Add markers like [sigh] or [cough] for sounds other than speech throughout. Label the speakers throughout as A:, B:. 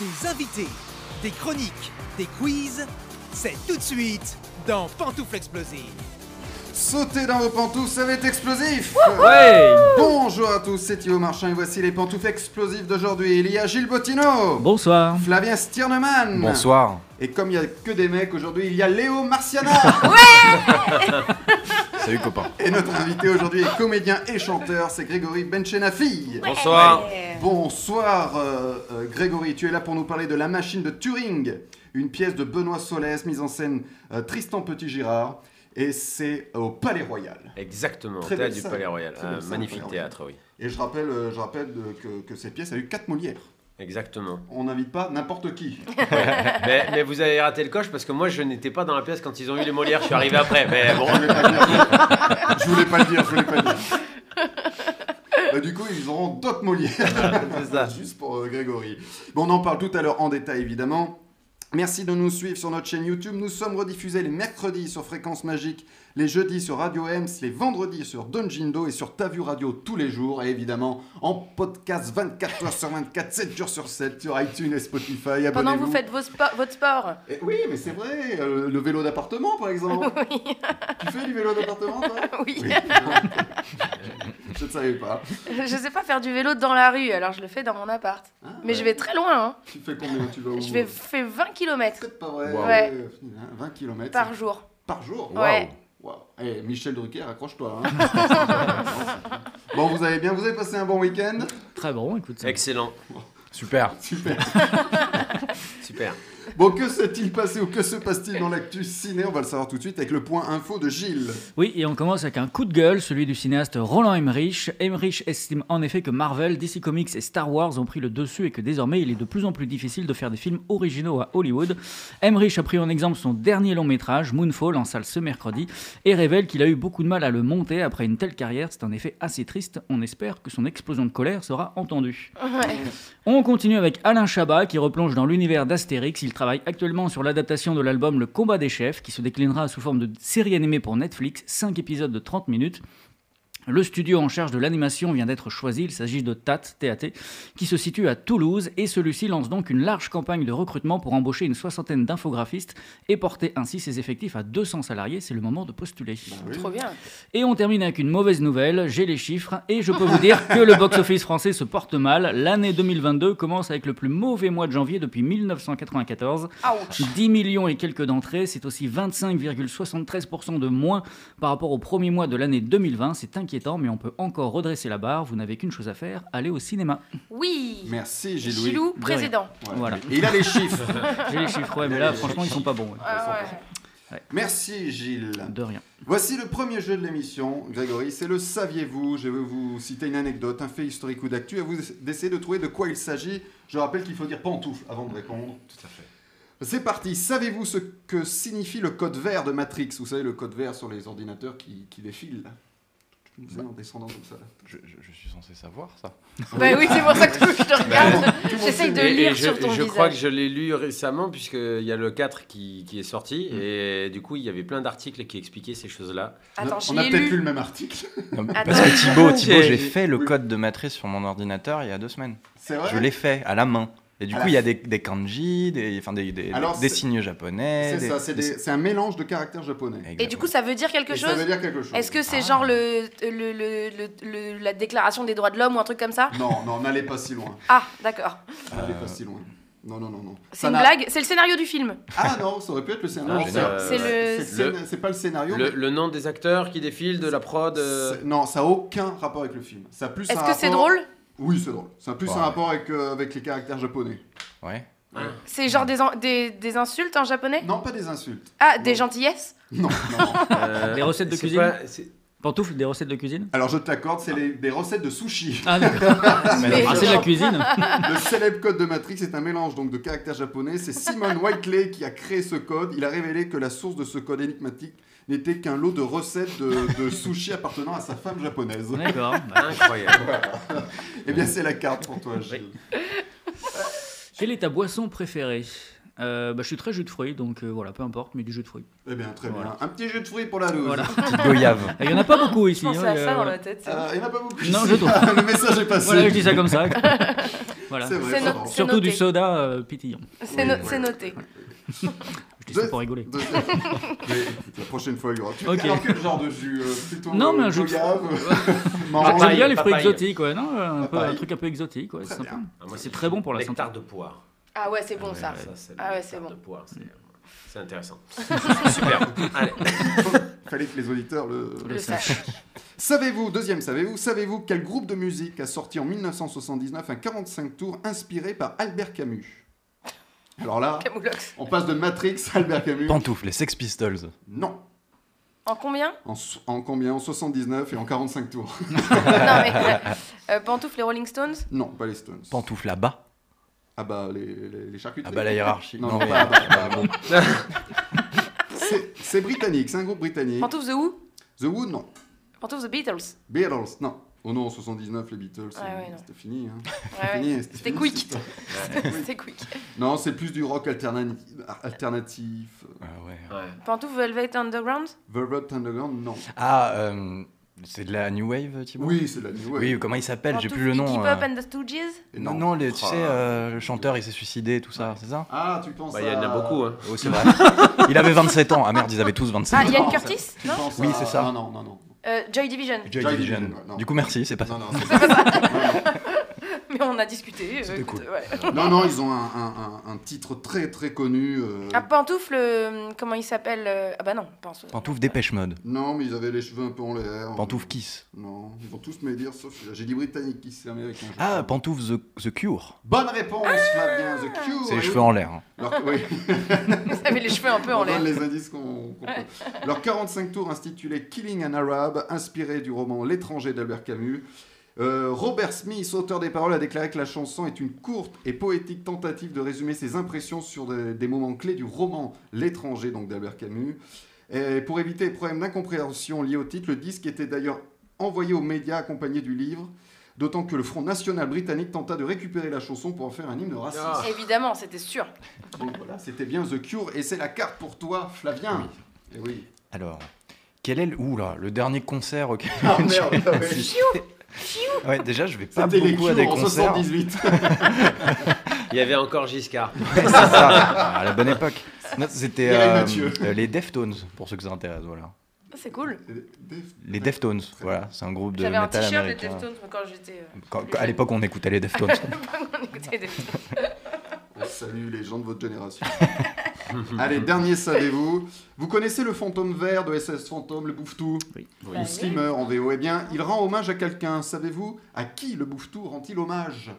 A: Des invités, des chroniques, des quiz, c'est tout de suite dans Pantoufle Explosive.
B: Sautez dans vos pantoufles, ça va être explosif
C: Ouais
B: Bonjour à tous, c'est Thio Marchand et voici les pantoufles explosives d'aujourd'hui. Il y a Gilles Bottino
C: Bonsoir
B: Flavien Stirneman
D: Bonsoir.
B: Et comme il n'y a que des mecs aujourd'hui, il y a Léo Marciana
D: Salut copain.
B: Et notre invité aujourd'hui est comédien et chanteur, c'est Grégory Benchenafi
D: Bonsoir.
B: Bonsoir euh, euh, Grégory, tu es là pour nous parler de La Machine de Turing, une pièce de Benoît Solès, mise en scène euh, Tristan Petit-Girard, et c'est au Palais Royal.
E: Exactement,
B: Très
E: théâtre
B: belle
E: du
B: salle.
E: Palais Royal.
B: Très
E: Un
B: belle salle,
E: magnifique
B: Palais
E: théâtre, oui.
B: Et je rappelle, euh, je rappelle euh, que, que cette pièce a eu 4 Molières.
E: Exactement.
B: On n'invite pas n'importe qui.
E: mais, mais vous avez raté le coche parce que moi je n'étais pas dans la pièce quand ils ont eu les Molières, je suis arrivé après. Mais bon,
B: Je voulais pas le dire. Je voulais pas le dire, je voulais pas le dire. Bah, du coup, ils auront d'autres Molières.
E: [laughs] c'est ça.
B: Juste pour euh, Grégory. Bon, on en parle tout à l'heure en détail, évidemment. Merci de nous suivre sur notre chaîne YouTube. Nous sommes rediffusés les mercredis sur Fréquence Magique, les jeudis sur Radio Ems, les vendredis sur Donjindo et sur Tavu Radio tous les jours. Et évidemment, en podcast 24 h sur 24, 7 jours sur 7 sur iTunes et Spotify.
F: Pendant que
B: Abonnez-vous.
F: vous faites vos spo- votre sport.
B: Eh oui, mais c'est vrai, euh, le vélo d'appartement par
F: [laughs]
B: exemple. Tu fais du vélo d'appartement toi
F: Oui.
B: je ne savais pas.
F: [laughs] je sais pas faire du vélo dans la rue, alors je le fais dans mon appart.
B: Ah, Oh.
F: Mais je vais très loin, hein.
B: Tu fais combien Tu vas où
F: Je vais fais 20 km
B: Peut-être pas vrai.
D: Waouh.
F: Ouais.
B: euh, 20 km
F: par jour.
B: jour.
F: Ouais.
B: Waouh. Eh, Michel Drucker, accroche-toi. hein. [laughs] bon, vous allez bien, vous avez passé un bon week-end
C: Très bon, écoute ça.
E: excellent,
D: Super.
B: Super.
E: super.
B: Bon, que s'est-il passé ou que se passe-t-il dans l'actu ciné On va le savoir tout de suite avec le point info de Gilles.
C: Oui, et on commence avec un coup de gueule, celui du cinéaste Roland Emmerich. Emmerich estime en effet que Marvel, DC Comics et Star Wars ont pris le dessus et que désormais il est de plus en plus difficile de faire des films originaux à Hollywood. Emmerich a pris en exemple son dernier long métrage, Moonfall, en salle ce mercredi, et révèle qu'il a eu beaucoup de mal à le monter après une telle carrière. C'est en effet assez triste, on espère que son explosion de colère sera entendue.
F: Ouais.
C: On continue avec Alain Chabat qui replonge dans l'univers d'Astérix. Il travaille actuellement sur l'adaptation de l'album Le Combat des Chefs qui se déclinera sous forme de série animée pour Netflix, 5 épisodes de 30 minutes. Le studio en charge de l'animation vient d'être choisi, il s'agit de TAT, TAT, qui se situe à Toulouse, et celui-ci lance donc une large campagne de recrutement pour embaucher une soixantaine d'infographistes et porter ainsi ses effectifs à 200 salariés, c'est le moment de postuler.
F: Trop bien.
C: Et on termine avec une mauvaise nouvelle, j'ai les chiffres et je peux vous dire que le box-office français se porte mal. L'année 2022 commence avec le plus mauvais mois de janvier depuis 1994.
F: Ouch.
C: 10 millions et quelques d'entrées, c'est aussi 25,73% de moins par rapport au premier mois de l'année 2020. C'est inquiétant, mais on peut encore redresser la barre. Vous n'avez qu'une chose à faire, aller au cinéma.
F: Oui.
B: Merci Gilles. Louis.
F: Chilou,
C: rien.
F: président.
B: Ouais.
C: Voilà.
B: Et il a les chiffres.
C: J'ai les chiffres, ouais, mais là, franchement, ils sont pas bons. ouais.
F: Ah ouais.
B: Merci Gilles.
C: De rien.
B: Voici le premier jeu de l'émission, Grégory, c'est le Saviez-vous Je vais vous citer une anecdote, un fait historique ou d'actu, à vous d'essayer de trouver de quoi il s'agit. Je rappelle qu'il faut dire pantoufle avant de répondre.
D: Tout à fait.
B: C'est parti, savez-vous ce que signifie le code vert de Matrix Vous savez, le code vert sur les ordinateurs qui, qui défilent, là. Vous savez, en descendant comme ça. là.
D: Bah.
B: Ah
D: Je, je- je suis censé savoir ça.
F: Bah oui, c'est pour ça que
B: [laughs]
F: je
B: Bah,
F: te regarde. J'essaye de
E: Et- et
F: lire
E: je,
F: sur ton
E: je
F: visage.
E: crois que je l'ai lu récemment puisqu'il y a le 4 qui, qui est sorti
F: Mm.
E: et du coup il y avait plein d'articles qui expliquaient ces choses-là.
F: Attends, je
B: on a
F: l'ai
B: peut-être
F: lu.
B: lu le même article.
D: Parce que
B: [laughs]
D: Thibaut, Thibaut, j'ai
E: j'ai-
D: fait le code de matrice sur mon ordinateur il y a deux semaines.
B: C'est vrai
D: Je l'ai fait à la main. Et du
B: À
D: coup,
B: la-
D: il y a des, des kanji, des, enfin, des, des,
B: Alors,
D: des
B: c'est-
D: signes japonais.
B: C'est
D: des-
B: ça, c'est
D: des-
B: des- c'est un mélange de caractères japonais.
F: Et du coup, ça veut dire quelque
B: Et ça
F: chose
B: veut dire quelque chose.
F: Est-ce que c'est
D: Ah.
F: genre le, le- le- le- le- la déclaration des droits de l'homme ou un truc comme ça
B: Non, non, n'allez pas si loin.
F: Ah, d'accord.
B: N'allez
E: Euh,
B: pas si loin. Non, non, non, non.
F: C'est
B: Ça
F: une
B: n'a-
F: blague C'est le scénario du film.
B: Ah non, ça aurait pu être le scénario.
E: Ah,
B: C'est-
E: génial.
B: c'est-
F: C'est le-
B: c'est le scén- C'est pas le scénario.
E: Le,
B: mais
E: le nom des acteurs qui défilent, de la prod. euh,
B: c'est- Non, ça a aucun rapport avec le film. Ça a plus
F: Est-ce
B: un
F: que c'est
B: rapport-
F: drôle
B: Oui, c'est drôle. Ça a plus
D: Ouais.
B: un rapport avec, euh, avec les caractères japonais.
D: Ouais.
F: C'est genre des, en- des, des insultes en japonais
B: Non, pas des insultes.
F: Ah, des
B: Non.
F: gentillesses
B: Non, non.
E: euh,
C: Les recettes de
E: c'est
C: cuisine
E: pas- c'est-
C: Pantoufles, des recettes de cuisine
B: Alors je te l'accorde, c'est les- des recettes de
F: [laughs]
B: sushi.
C: Ah, [laughs] d'accord.
F: Mais-
C: Ah, c'est de la cuisine.
B: Le célèbre code de Matrix est un mélange donc de caractères japonais. C'est Simon Whiteley qui a créé ce code. Il a révélé que la source de ce code énigmatique n'était qu'un lot de recettes de, de sushi appartenant à sa femme japonaise.
C: D'accord. Bah,
E: Incroyable.
B: Eh bien, c'est la carte pour toi, Gilles.
C: Quelle est ta boisson préférée Euh, bah, je suis très jus de fruits, donc euh, voilà, peu importe, mais du jus de fruits.
B: Eh bien, très
C: Voilà.
B: bien. Un petit jus de fruits pour la loose.
C: Voilà.
D: Petite
F: [laughs]
D: goyave.
C: Et Eh, Il n'y en a pas beaucoup
F: Ah, Je
C: ici.
F: pensais
C: hein,
F: à
C: euh,
F: ça dans la tête. c'est
B: Euh, il n'y en a pas beaucoup.
C: Non,
B: ici.
C: je trouve.
B: [laughs] le message est passé.
C: Voilà, je dis ça
B: [laughs]
F: [laughs]
C: comme ça. voilà.
B: C'est vrai,
F: C'est
B: pardon.
F: notre-
C: Surtout
F: noté.
C: du soda euh, pétillant.
F: C'est
B: Oui,
F: no-
B: oui.
F: c'est noté.
C: Je dis ça
B: Deux-
C: pour rigoler.
B: Deux- euh, Mais écoute, la prochaine fois, il y aura. Tu-
C: Ok.
B: Alors, quel genre de jus euh, Plutôt
C: Non, mais
B: euh,
C: un jus de-
B: [laughs] goyave,
C: Ah, [laughs]
B: marron.
E: Papaye,
C: il y a les fruits
E: papaye.
C: exotiques, ouais, non, euh, un, peu-
B: Papaye.
C: un truc un peu exotique, ouais, c'est
B: Très
C: sympa.
E: Ah, moi,
C: C'est très bon pour la
E: nectar
C: santé.
E: de poire.
F: Ah ouais, c'est bon ça.
E: c'est
F: Ah
E: le
F: ouais, c'est
E: nectar
F: bon.
E: de poire, c'est- euh, C'est intéressant. Mm. [laughs] Super. Allez.
B: Fallait que les auditeurs le.
F: Le
C: sage.
F: sage.
B: Savez-vous, deuxième savez-vous, savez-vous quel groupe de musique a sorti en 1979 un 45 tours inspiré par Albert Camus Alors là,
F: Camoulox.
B: on passe de Matrix à Albert Camus.
D: Pantoufles, les Sex Pistols.
B: Non.
F: En combien [laughs]
B: En, so- en combien En 79 et en 45 tours.
F: Non mais. euh, Pantoufles, les Rolling Stones
B: Non, pas les Stones.
D: Pantoufles à bas.
B: Ah bah les, les, les charcuteries.
D: Ah bah la hiérarchie.
B: Non,
D: Non,
B: non,
D: mais-
B: pas à bas, à bas, bon. C'est- C'est britannique, c'est un groupe britannique.
F: Pantoufles The Who
B: The Who, non.
F: Pantoufles The Beatles
B: Beatles, non. Oh non, en 79, les Beatles,
F: Ah
B: euh,
F: ouais, non.
B: c'était fini. hein.
F: Ouais, ouais.
B: Fini, c'était
F: C'était
B: fini,
F: quick.
B: cette histoire.
F: [laughs] C'est quick.
B: Non, c'est plus du rock alternani- alternatif.
D: Ah ouais.
E: Ouais.
F: Pantoufles Velvet Underground
B: Velvet Underground, non.
D: Ah, euh, c'est de la New Wave, Thibaut
B: Oui, c'est de la New Wave.
D: Oui, comment il s'appelle J'ai
F: Pantoufles
D: plus le nom.
F: Iggy
D: euh.
F: Pop and the Stooges
B: Et
D: Non, non, les- tu
E: Oh.
D: sais, euh, le chanteur, il s'est suicidé, tout ça, c'est ça
B: Ah, tu penses
E: Bah,
B: à...
E: il y en a beaucoup. Hein.
D: Oh, c'est vrai. Il avait 27 ans. Ah merde, ils avaient tous 27
F: Ah,
D: ans.
F: Yann Curtis
B: Tu
F: Non
B: penses
D: Oui,
B: à-
D: c'est ça.
B: Non, non, non, non.
F: Euh, Joy Division.
D: Joy
B: Joy
D: Division.
B: Division, ouais, non.
D: Du coup, merci, c'est pas ça.
B: Non, non, c'est pas ça.
F: [laughs] Mais on a discuté. euh,
D: C'était
F: écoute,
D: cool.
F: ouais.
B: non, non, non, ils ont un, un- un- un titre très, très connu. euh,
F: Un pantoufle, Ah, euh, comment il s'appelle euh, Ah bah non, pantoufle. [laughs]
D: Pantoufle dépêche mode.
B: Non, mais ils avaient les cheveux un peu en l'air.
D: Pantoufle kiss.
B: Non, ils vont tous me dire, sauf celui-là. J'ai dit britannique, qui c'est américain. je
D: Ah,
B: crois.
D: pantoufle the, the cure.
B: Bonne réponse, Flavien, The Cure.
D: C'est les
B: eh
D: cheveux
B: oui.
D: en l'air. hein.
B: Alors que- oui.
F: Vous avez les cheveux un peu en
B: On
F: l'air.
B: donne les indices qu'on qu'on peut. Leur 45 tours intitulé Killing an Arab, inspiré du roman L'étranger d'Albert Camus. Euh, Robert Smith, auteur des paroles, a déclaré que la chanson est une courte et poétique tentative de résumer ses impressions sur des, des moments clés du roman L'étranger donc d'Albert Camus. Et pour éviter les problèmes d'incompréhension liés au titre, le disque était d'ailleurs envoyé aux médias accompagné du livre, d'autant que le Front National britannique tenta de récupérer la chanson pour en faire un hymne raciste.
E: Ah.
F: Évidemment, c'était sûr.
B: Donc voilà, c'était bien The Cure et c'est la carte pour toi, Flavien. Eh oui.
D: Alors, quel est le, ouh là, le dernier concert auquel
B: Ah, merde,
D: [laughs] j'ai
B: [laughs] ouais.
D: assisté Ouais, déjà, je vais pas
B: C'était les
D: Ah, beaucoup à des
B: Cure en
D: concerts.
B: 78.
E: Il y avait encore Giscard.
D: Ouais, c'est ça, à la bonne époque. Non, C'était
B: Mireille
D: euh,
B: Mathieu.
D: euh, les Deftones, pour ceux que ça intéresse, voilà.
F: Ah, C'est cool.
D: Les Deftones, voilà, c'est un groupe de
F: J'avais un
D: métal
F: t-shirt des
D: américain.
F: Deftones quand j'étais. euh, [laughs]
D: Quand- quand- à l'époque, on écoutait les Deftones.
F: on écoutait des-
B: On salue Ah, les gens de votre génération. [laughs] Allez, dernier savez-vous. Vous connaissez le fantôme vert de SS Fantôme, le bouffetou
F: Bah
B: Ou
F: oui.
B: Slimmer en VO. Eh bien, il rend hommage à quelqu'un. Savez-vous à qui le bouffetou rend-il hommage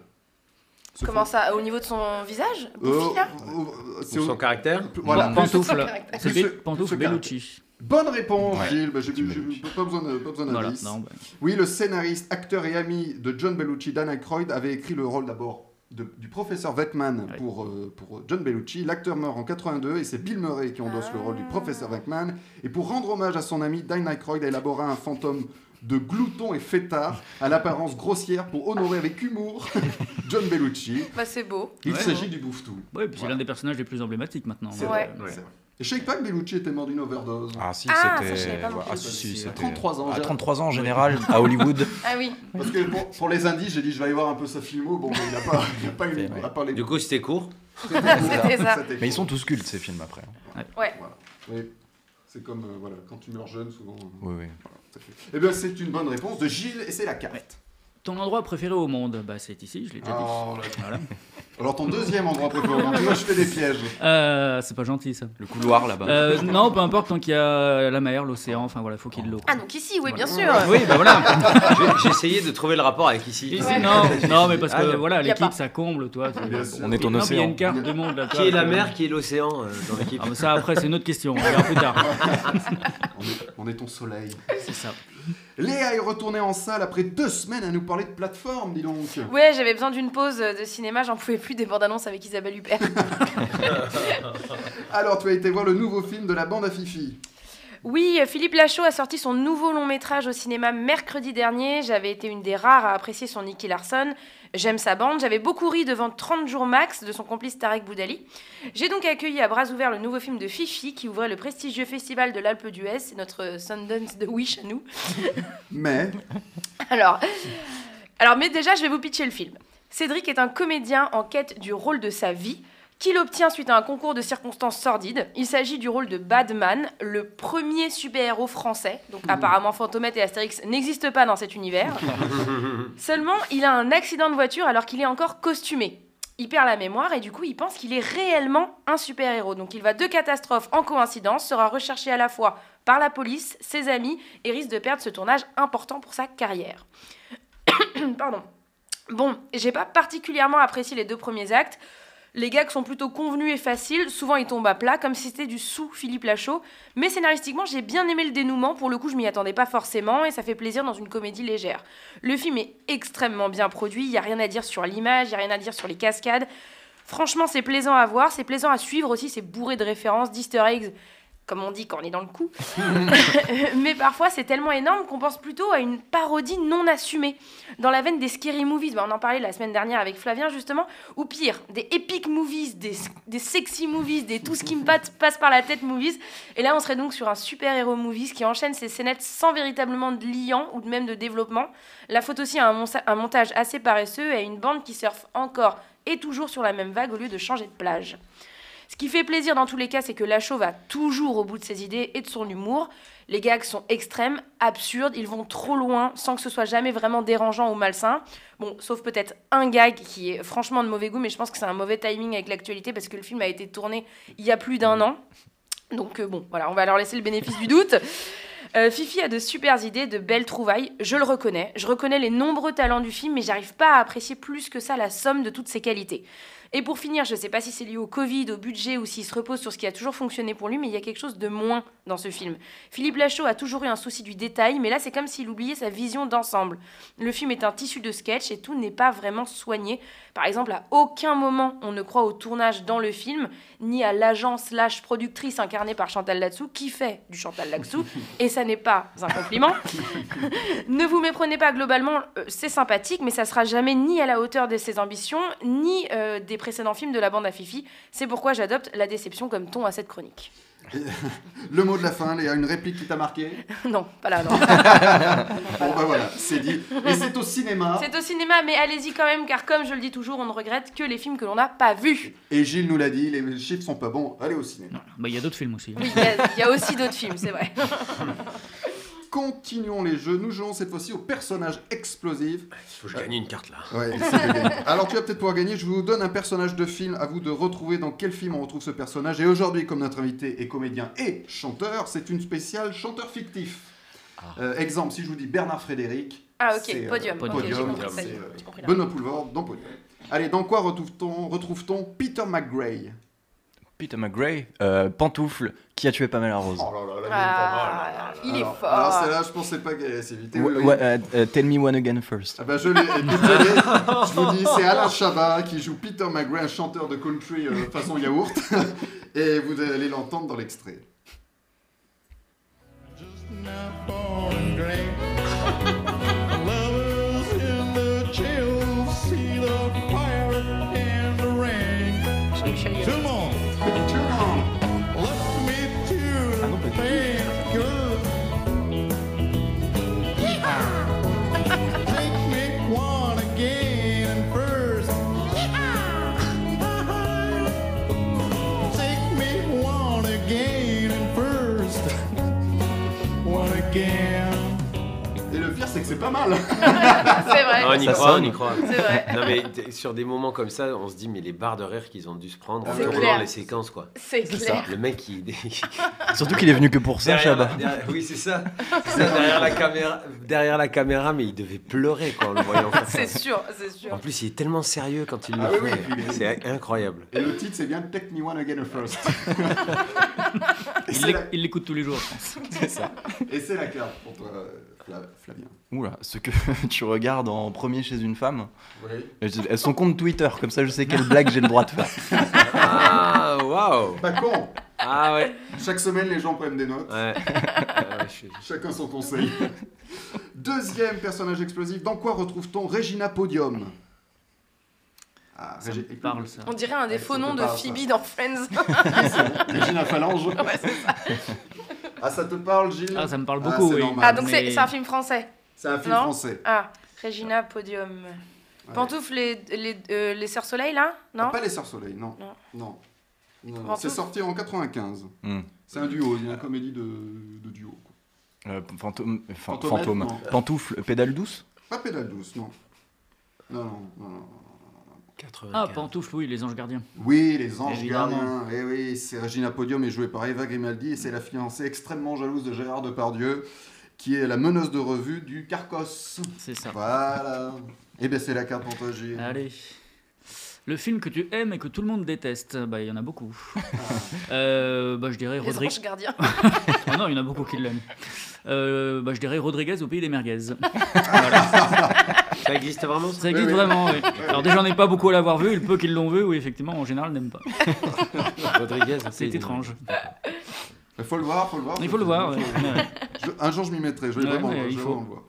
B: Ce
F: Comment
B: fan-
F: ça Au niveau de son visage
B: Euh,
F: Bouffi, là
B: euh, c'est
E: Pour son caractère.
B: Voilà.
C: Pantoufle,
F: Plus
C: c'est
B: ce-
C: Be-
B: plus ce
C: pantoufle
B: cadre.
C: Bellucci.
B: Bonne réponse,
D: Ouais.
B: Gilles. Bah, j'ai-
D: Tu me
B: j'ai-
D: le dis.
B: pas besoin de- pas besoin
C: Voilà,
B: d'indice.
C: non, bah,
B: Oui, le scénariste, acteur et ami de John Bellucci, Dan Aykroyd, avait écrit le rôle d'abord de- du professeur Vettman
C: Ouais.
B: pour, euh, pour John Bellucci. L'acteur meurt en 82 et c'est Bill Murray qui endosse le rôle du
F: Ah.
B: professeur Vettman. Et pour rendre hommage à son ami, Dan Aykroyd a élaboré un fantôme de glouton et fêtard à l'apparence grossière pour honorer avec humour [laughs] John Bellucci.
F: Bah c'est beau.
B: Il
C: Ouais.
B: s'agit du bouffetou.
C: ouais, et puis c'est
B: Voilà.
C: l'un des personnages les plus emblématiques maintenant. hein. Euh,
B: C'est
C: voilà.
F: vrai.
B: Ouais. Et je savais pas que Bellucci était mort d'une overdose.
D: Ah si,
F: Ah, ça, je savais
D: c'était...
F: pas non
D: ah
F: plus.
D: si, si,
B: À
D: c'était...
B: 33 ans.
D: À
B: j'ai-
D: 33 ans en général,
B: [laughs]
D: à Hollywood.
F: Ah oui.
B: Parce que pour, pour les indices, j'ai dit je vais aller voir un peu sa filmo. Bon, mais il n'a pas, il a pas eu.
D: Ouais.
B: À part les
E: Du coup, c'était court.
F: C'était ça.
B: C'était
D: Mais ils sont
B: cool.
D: tous cultes ces films après.
B: Voilà. Oui. C'est comme euh, voilà, quand tu meurs jeune, souvent. euh,
D: Oui, oui.
B: ça fait- Eh bien, c'est une bonne réponse de Gilles et c'est la carte.
C: Ton endroit préféré au monde Bah, c'est ici, je l'ai déjà dit.
B: Oh là là.
C: Voilà.
B: Alors, ton deuxième endroit
F: [laughs]
B: préféré. Tu vois, je fais des pièges.
C: Euh, c'est pas gentil ça.
D: Le couloir là-bas.
C: Euh, non, peu importe, tant qu'il y a la mer, l'océan, enfin voilà, faut qu'il y ait de l'eau.
F: Ah donc ici, oui, bien sûr.
B: Voilà.
C: Oui, bah voilà.
E: [laughs] J'ai- J'essayais de trouver le rapport avec ici.
C: Ici,
F: Ouais.
C: [laughs] non, non, mais parce que
E: Ah, y a-
C: voilà,
F: y a pas.
C: l'équipe ça comble, toi. tu-
B: Bien sûr.
D: On est
C: Non,
D: en
C: mais Il y a
D: océan.
C: une carte de monde là.
E: Qui
C: toi,
E: est la
C: que-
E: mer, qui est l'océan euh, dans l'équipe
C: Ah, mais ça après c'est une autre question, on verra plus tard.
B: On est, on est ton soleil.
C: [laughs] C'est ça.
B: Léa est retournée en salle après deux semaines à nous parler de plateforme, dis donc.
F: Ouais, j'avais besoin d'une pause euh, de cinéma, j'en pouvais plus des bandes annonces avec Isabelle Huppert.
B: Alors, tu as été voir le nouveau film de la bande à Fifi.
F: Oui, Philippe Lachaud a sorti son nouveau long métrage au cinéma mercredi dernier. J'avais été une des rares à apprécier son Nicky Larson. J'aime sa bande. J'avais beaucoup ri devant 30 jours max de son complice Tarek Boudali. J'ai donc accueilli à bras ouverts le nouveau film de Fifi qui ouvrait le prestigieux festival de l'Alpe d'Huez. C'est notre Sundance de Wish à nous.
B: Mais
F: [laughs] Alors, alors, mais déjà, je vais vous pitcher le film. Cédric est un comédien en quête du rôle de sa vie, qu'il obtient suite à un concours de circonstances sordides. Il s'agit du rôle de Badman, le premier super-héros français. Donc, apparemment, Fantomette et Astérix n'existent pas dans cet univers. Seulement, il a un accident de voiture alors qu'il est encore costumé. Il perd la mémoire et du coup, il pense qu'il est réellement un super-héros. Donc, il va de catastrophe en coïncidence, sera recherché à la fois par la police, ses amis et risque de perdre ce tournage important pour sa carrière. [coughs] Pardon. Bon, j'ai pas particulièrement apprécié les deux premiers actes. Les gags sont plutôt convenus et faciles, souvent ils tombent à plat, comme si c'était du sous Philippe Lachaud. Mais scénaristiquement, j'ai bien aimé le dénouement, pour le coup je m'y attendais pas forcément, et ça fait plaisir dans une comédie légère. Le film est extrêmement bien produit, il y a rien à dire sur l'image, il y a rien à dire sur les cascades. Franchement, c'est plaisant à voir, c'est plaisant à suivre aussi, c'est bourré de références, d'easter eggs, comme on dit quand on est dans le coup. [laughs] Mais parfois, c'est tellement énorme qu'on pense plutôt à une parodie non assumée. Dans la veine des scary movies, bah, on en parlait la semaine dernière avec Flavien justement, ou pire, des epic movies, des, des sexy movies, des tout ce qui me pat- passe par la tête movies. Et là, on serait donc sur un super-héros movies qui enchaîne ses scénettes sans véritablement de liant ou de même de développement. La photo aussi a un, monsa- un montage assez paresseux et une bande qui surfe encore et toujours sur la même vague au lieu de changer de plage. Ce qui fait plaisir dans tous les cas, c'est que Lachaud va toujours au bout de ses idées et de son humour. Les gags sont extrêmes, absurdes, ils vont trop loin sans que ce soit jamais vraiment dérangeant ou malsain. Bon, sauf peut-être un gag qui est franchement de mauvais goût, mais je pense que c'est un mauvais timing avec l'actualité parce que le film a été tourné il y a plus d'un an. Donc euh, bon, voilà, on va leur laisser le bénéfice du doute. Euh, Fifi a de super idées, de belles trouvailles, je le reconnais. Je reconnais les nombreux talents du film, mais j'arrive pas à apprécier plus que ça la somme de toutes ses qualités. Et pour finir, je sais pas si c'est lié au Covid, au budget ou s'il se repose sur ce qui a toujours fonctionné pour lui, mais il y a quelque chose de moins dans ce film. Philippe Lachaud a toujours eu un souci du détail, mais là c'est comme s'il oubliait sa vision d'ensemble. Le film est un tissu de sketch et tout n'est pas vraiment soigné. Par exemple, à aucun moment on ne croit au tournage dans le film, ni à l'agent slash productrice incarnée par Chantal Latsou qui fait du Chantal Latsou, et ça n'est pas un compliment. [laughs] ne vous méprenez pas globalement, euh, c'est sympathique, mais ça sera jamais ni à la hauteur de ses ambitions, ni euh, des précédents films de la bande à Fifi. C'est pourquoi j'adopte la déception comme ton à cette chronique. [laughs]
B: le mot de la fin, Léa, une réplique qui t'a marqué
F: non, pas là, non.
B: Bon, bah voilà, c'est dit. Et c'est au cinéma.
F: C'est au cinéma, mais allez-y quand même, car comme je le dis toujours, on ne regrette que les films que l'on n'a pas vus.
B: Et Gilles nous l'a dit, les chiffres sont pas bons, allez au cinéma.
C: Bah, Il y a d'autres films aussi.
F: Oui, il y a- il y, a aussi d'autres films, c'est vrai.
B: Continuons les jeux, nous jouons cette fois-ci au personnage explosif.
E: Faut que je gagne une carte là.
B: Ouais, [laughs] c'est gagné. Alors tu vas peut-être pouvoir gagner, je vous donne un personnage de film, à vous de retrouver dans quel film on retrouve ce personnage. Et aujourd'hui, comme notre invité est comédien et chanteur, c'est une spéciale chanteur fictif. Euh, exemple, si je vous dis Bernard Frédéric.
F: Ah, ok,
B: c'est, euh,
F: podium. ok, j'ai
B: Podium,
F: compris, ça y est,
B: c'est, euh,
F: j'ai compris là.
B: Benoît Poulvord dans Podium. Allez, dans quoi retrouve-t-on retrouve-t-on Peter McGray
D: Peter McGray, euh, pantoufle, qui a tué Pamela Rose.
B: là là, là,
F: Ah, il est
B: Alors-
F: fort.
B: Alors celle-là, je pensais pas qu'elle allait s'éviter.
D: Ouais,
B: Oui, oui.
D: ouais, euh, euh, tell me one again first.
B: Ah bah je l'ai, désolé, je vous dis, c'est Alain Chabat qui joue Peter McGray, un chanteur de country euh, façon yaourt, [laughs] et vous allez l'entendre dans l'extrait.
G: Lovers in the chill, see the fire and the rain. Come on, let me do things good. Take me one again and first. Take me one again and first. One again.
B: Et le pire, c'est que c'est pas mal.
F: C'est vrai.
E: Ah, on y
D: Ça
E: croit, on y
D: sonne.
E: croit.
F: C'est vrai.
E: Non mais t- sur des moments comme ça, on se dit mais les barres de rire qu'ils ont dû se prendre en
B: C'est
E: tournant
F: clair.
E: les séquences quoi.
F: C'est clair.
E: Le mec qui
D: [laughs]
E: [laughs]
D: Surtout qu'il est venu que pour ça,
E: derrière la-
D: Chabat.
E: derrière- oui c'est [laughs] ça, C'est ça, derrière la caméra, derrière la caméra mais il devait pleurer quand on le voyait en [laughs]
F: C'est
E: face.
F: sûr, c'est
E: En
F: sûr.
E: plus il est tellement sérieux quand il
B: Ah
E: le
B: oui,
E: fait.
B: oui, puis-
E: c'est incroyable.
B: Et le titre, c'est bien Take Me One Again
C: [laughs]
B: First. et
C: Il
B: c'est la,
C: l'éc- il l'écoute tous les jours, je pense.
B: et c'est la carte pour toi, euh, Fla- Flavien.
D: Oula, ce que [laughs] tu regardes en premier chez une femme.
B: Oui.
D: Euh, je- Son compte Twitter, comme ça je sais quelle blague j'ai le droit de faire.
E: Ah waouh.
B: Pas con.
E: Ah ouais.
B: Chaque semaine, les gens prennent des notes.
E: ouais. [laughs] Ah ouais, je suis-
B: Chacun son conseil. Deuxième personnage explosif. Dans quoi retrouve-t-on Regina Podium ah,
C: Ça me
B: Régi-
C: parle ça.
F: On dirait un des
B: Ouais,
F: faux
B: ça
F: noms
B: te
F: de
B: parle, ça.
F: Phoebe dans Friends.
B: Regina Phalange.
F: Ouais, c'est ça.
B: Ah, ça te parle, Gilles
C: Ah, ça me parle
B: Ah,
C: beaucoup.
B: c'est
C: oui.
B: normal.
F: ah, donc c'est
C: Mais-
F: c'est un film français.
B: C'est un film
F: Non.
B: français.
F: Ah, Regina Podium.
B: Ouais.
F: Pantoufles, les, les, euh, les Sœurs Soleil, là
B: Ah,
F: Non
B: pas Les Sœurs Soleil, non.
F: Non.
B: Non. Non, non.
F: Pantoufles.
B: C'est sorti en 95.
D: Hmm.
B: C'est un duo, il y a une comédie de, de duo. quoi.
D: [laughs] Euh, fantôme, euh, fan-
B: Fantomètre,
D: fantôme.
B: non.
D: Pantoufle, pédale douce
B: Pas Pédale douce, non. Non, non, non, non.
C: Ah, pantoufle, oui, les anges gardiens.
B: Oui, les anges
C: Évidemment.
B: gardiens. Et oui, c'est Regina Podium est jouée par Eva Grimaldi et c'est la fiancée extrêmement jalouse de Gérard Depardieu, qui est la meneuse de revue du Carcos.
C: C'est ça.
B: Voilà. Et bien c'est la carte pour toi, Gilles.
C: Allez. Le film que tu aimes et que tout le monde déteste, bah il y en a beaucoup.
B: Ah.
C: Euh, bah je dirais
F: Les
C: Rodriguez.
F: anges gardiens.
C: Ah non, il y en a beaucoup qui l'aiment. Euh, bah je dirais Rodriguez au pays des merguez.
E: Ça existe vraiment ça
C: Ça existe
B: oui.
F: [laughs]
C: vraiment. oui. Alors déjà, on n'est pas beaucoup à l'avoir vu. Et le peu qui l'ont vu, oui, effectivement, en général, n'aiment pas.
E: Rodriguez,
C: C'est étrange.
B: Il Euh, faut le voir, faut le voir.
C: Il faut le voir. [laughs] ouais. Ouais.
B: Je- un jour je m'y mettrai, je vais
C: Ouais,
B: vraiment,
C: ouais,
B: je
C: il
B: vais
C: faut.
B: vraiment le voir.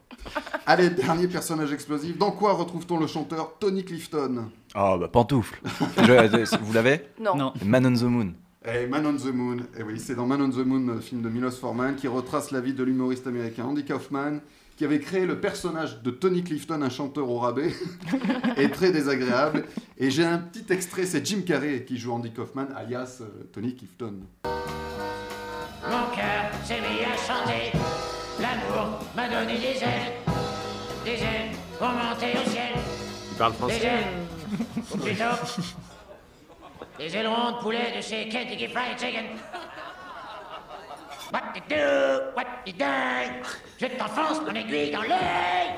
B: Allez, dernier personnage explosif. Dans quoi retrouve-t-on le chanteur Tony Clifton
D: Ah bah pantoufle. Je- je- vous l'avez
F: Non.
C: Non.
D: Man on the Moon.
B: Eh, Man on the Moon. Et oui, c'est dans Man on the Moon, le film de Milos Forman, qui retrace la vie de l'humoriste américain Andy Kaufman, qui avait créé le personnage de Tony Clifton, un chanteur au
C: [laughs]
B: rabais, et très désagréable. Et j'ai un petit extrait, c'est Jim Carrey qui joue Andy Kaufman, alias euh, Tony Clifton.
H: Mon cœur s'est mis à chanter. L'amour m'a donné des ailes. Des ailes pour monter au ciel.
E: Il parle
H: Des
E: français.
H: ailes. Plutôt. Des ailes rondes poulet de chez Kentucky Fried Chicken. What you do, what you do. Je t'enfonce ton aiguille dans l'œil.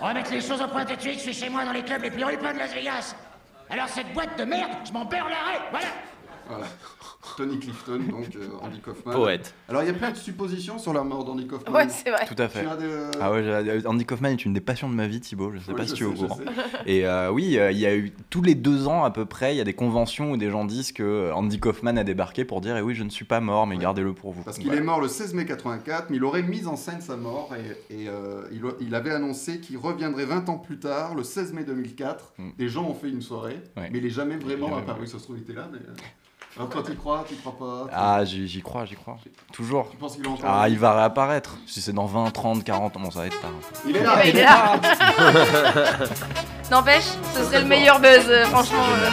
H: On va mettre les choses au point tout de suite. Je suis chez moi dans les clubs les plus ripants de Las Vegas. Alors cette boîte de merde, je m'en perds l'arrêt. Voilà.
B: Voilà. Tony Clifton, donc euh, Andy Kaufman.
E: Poète.
B: Alors il y a plein de suppositions sur la mort d'Andy Kaufman.
F: Ouais, c'est vrai.
D: Tout à
B: Tu
D: fait.
B: as des, euh,
D: Ah ouais, j'ai- Andy Kaufman est une des passions de ma vie, Thibaut. Je sais
B: oui,
D: pas
B: je
D: si tu es au
B: sais, je
D: courant.
B: sais.
D: Et euh, oui, euh, il y a eu tous les deux ans à peu près, il y a des conventions où des gens disent que euh, Andy Kaufman a débarqué pour dire eh oui, je ne suis pas mort, mais
B: Ouais.
D: gardez-le pour vous.
B: Parce
D: Donc,
B: qu'il
D: voilà.
B: est mort le 16 mai 84, mais il aurait mis en scène sa mort et, et, euh, il, il avait annoncé qu'il reviendrait 20 ans plus tard, le 16 mai 2004.
D: Mm.
B: Les gens ont fait une soirée,
D: Ouais.
B: mais il n'est jamais
D: Il
B: vraiment
D: est jamais
B: apparu. Ça se trouve, il était là, mais. euh, Alors, toi, tu crois, tu crois pas tu-
D: Ah, j'y j'y crois, j'y crois. Toujours.
B: Tu penses qu'il est encore
D: Ah,
B: là
D: il va réapparaître. Si c'est dans 20, 30, 40, bon, ça va être tard.
B: il est
F: Eh ben,
B: là
F: il est là. [laughs] N'empêche, ce serait le meilleur buzz, euh, franchement. euh.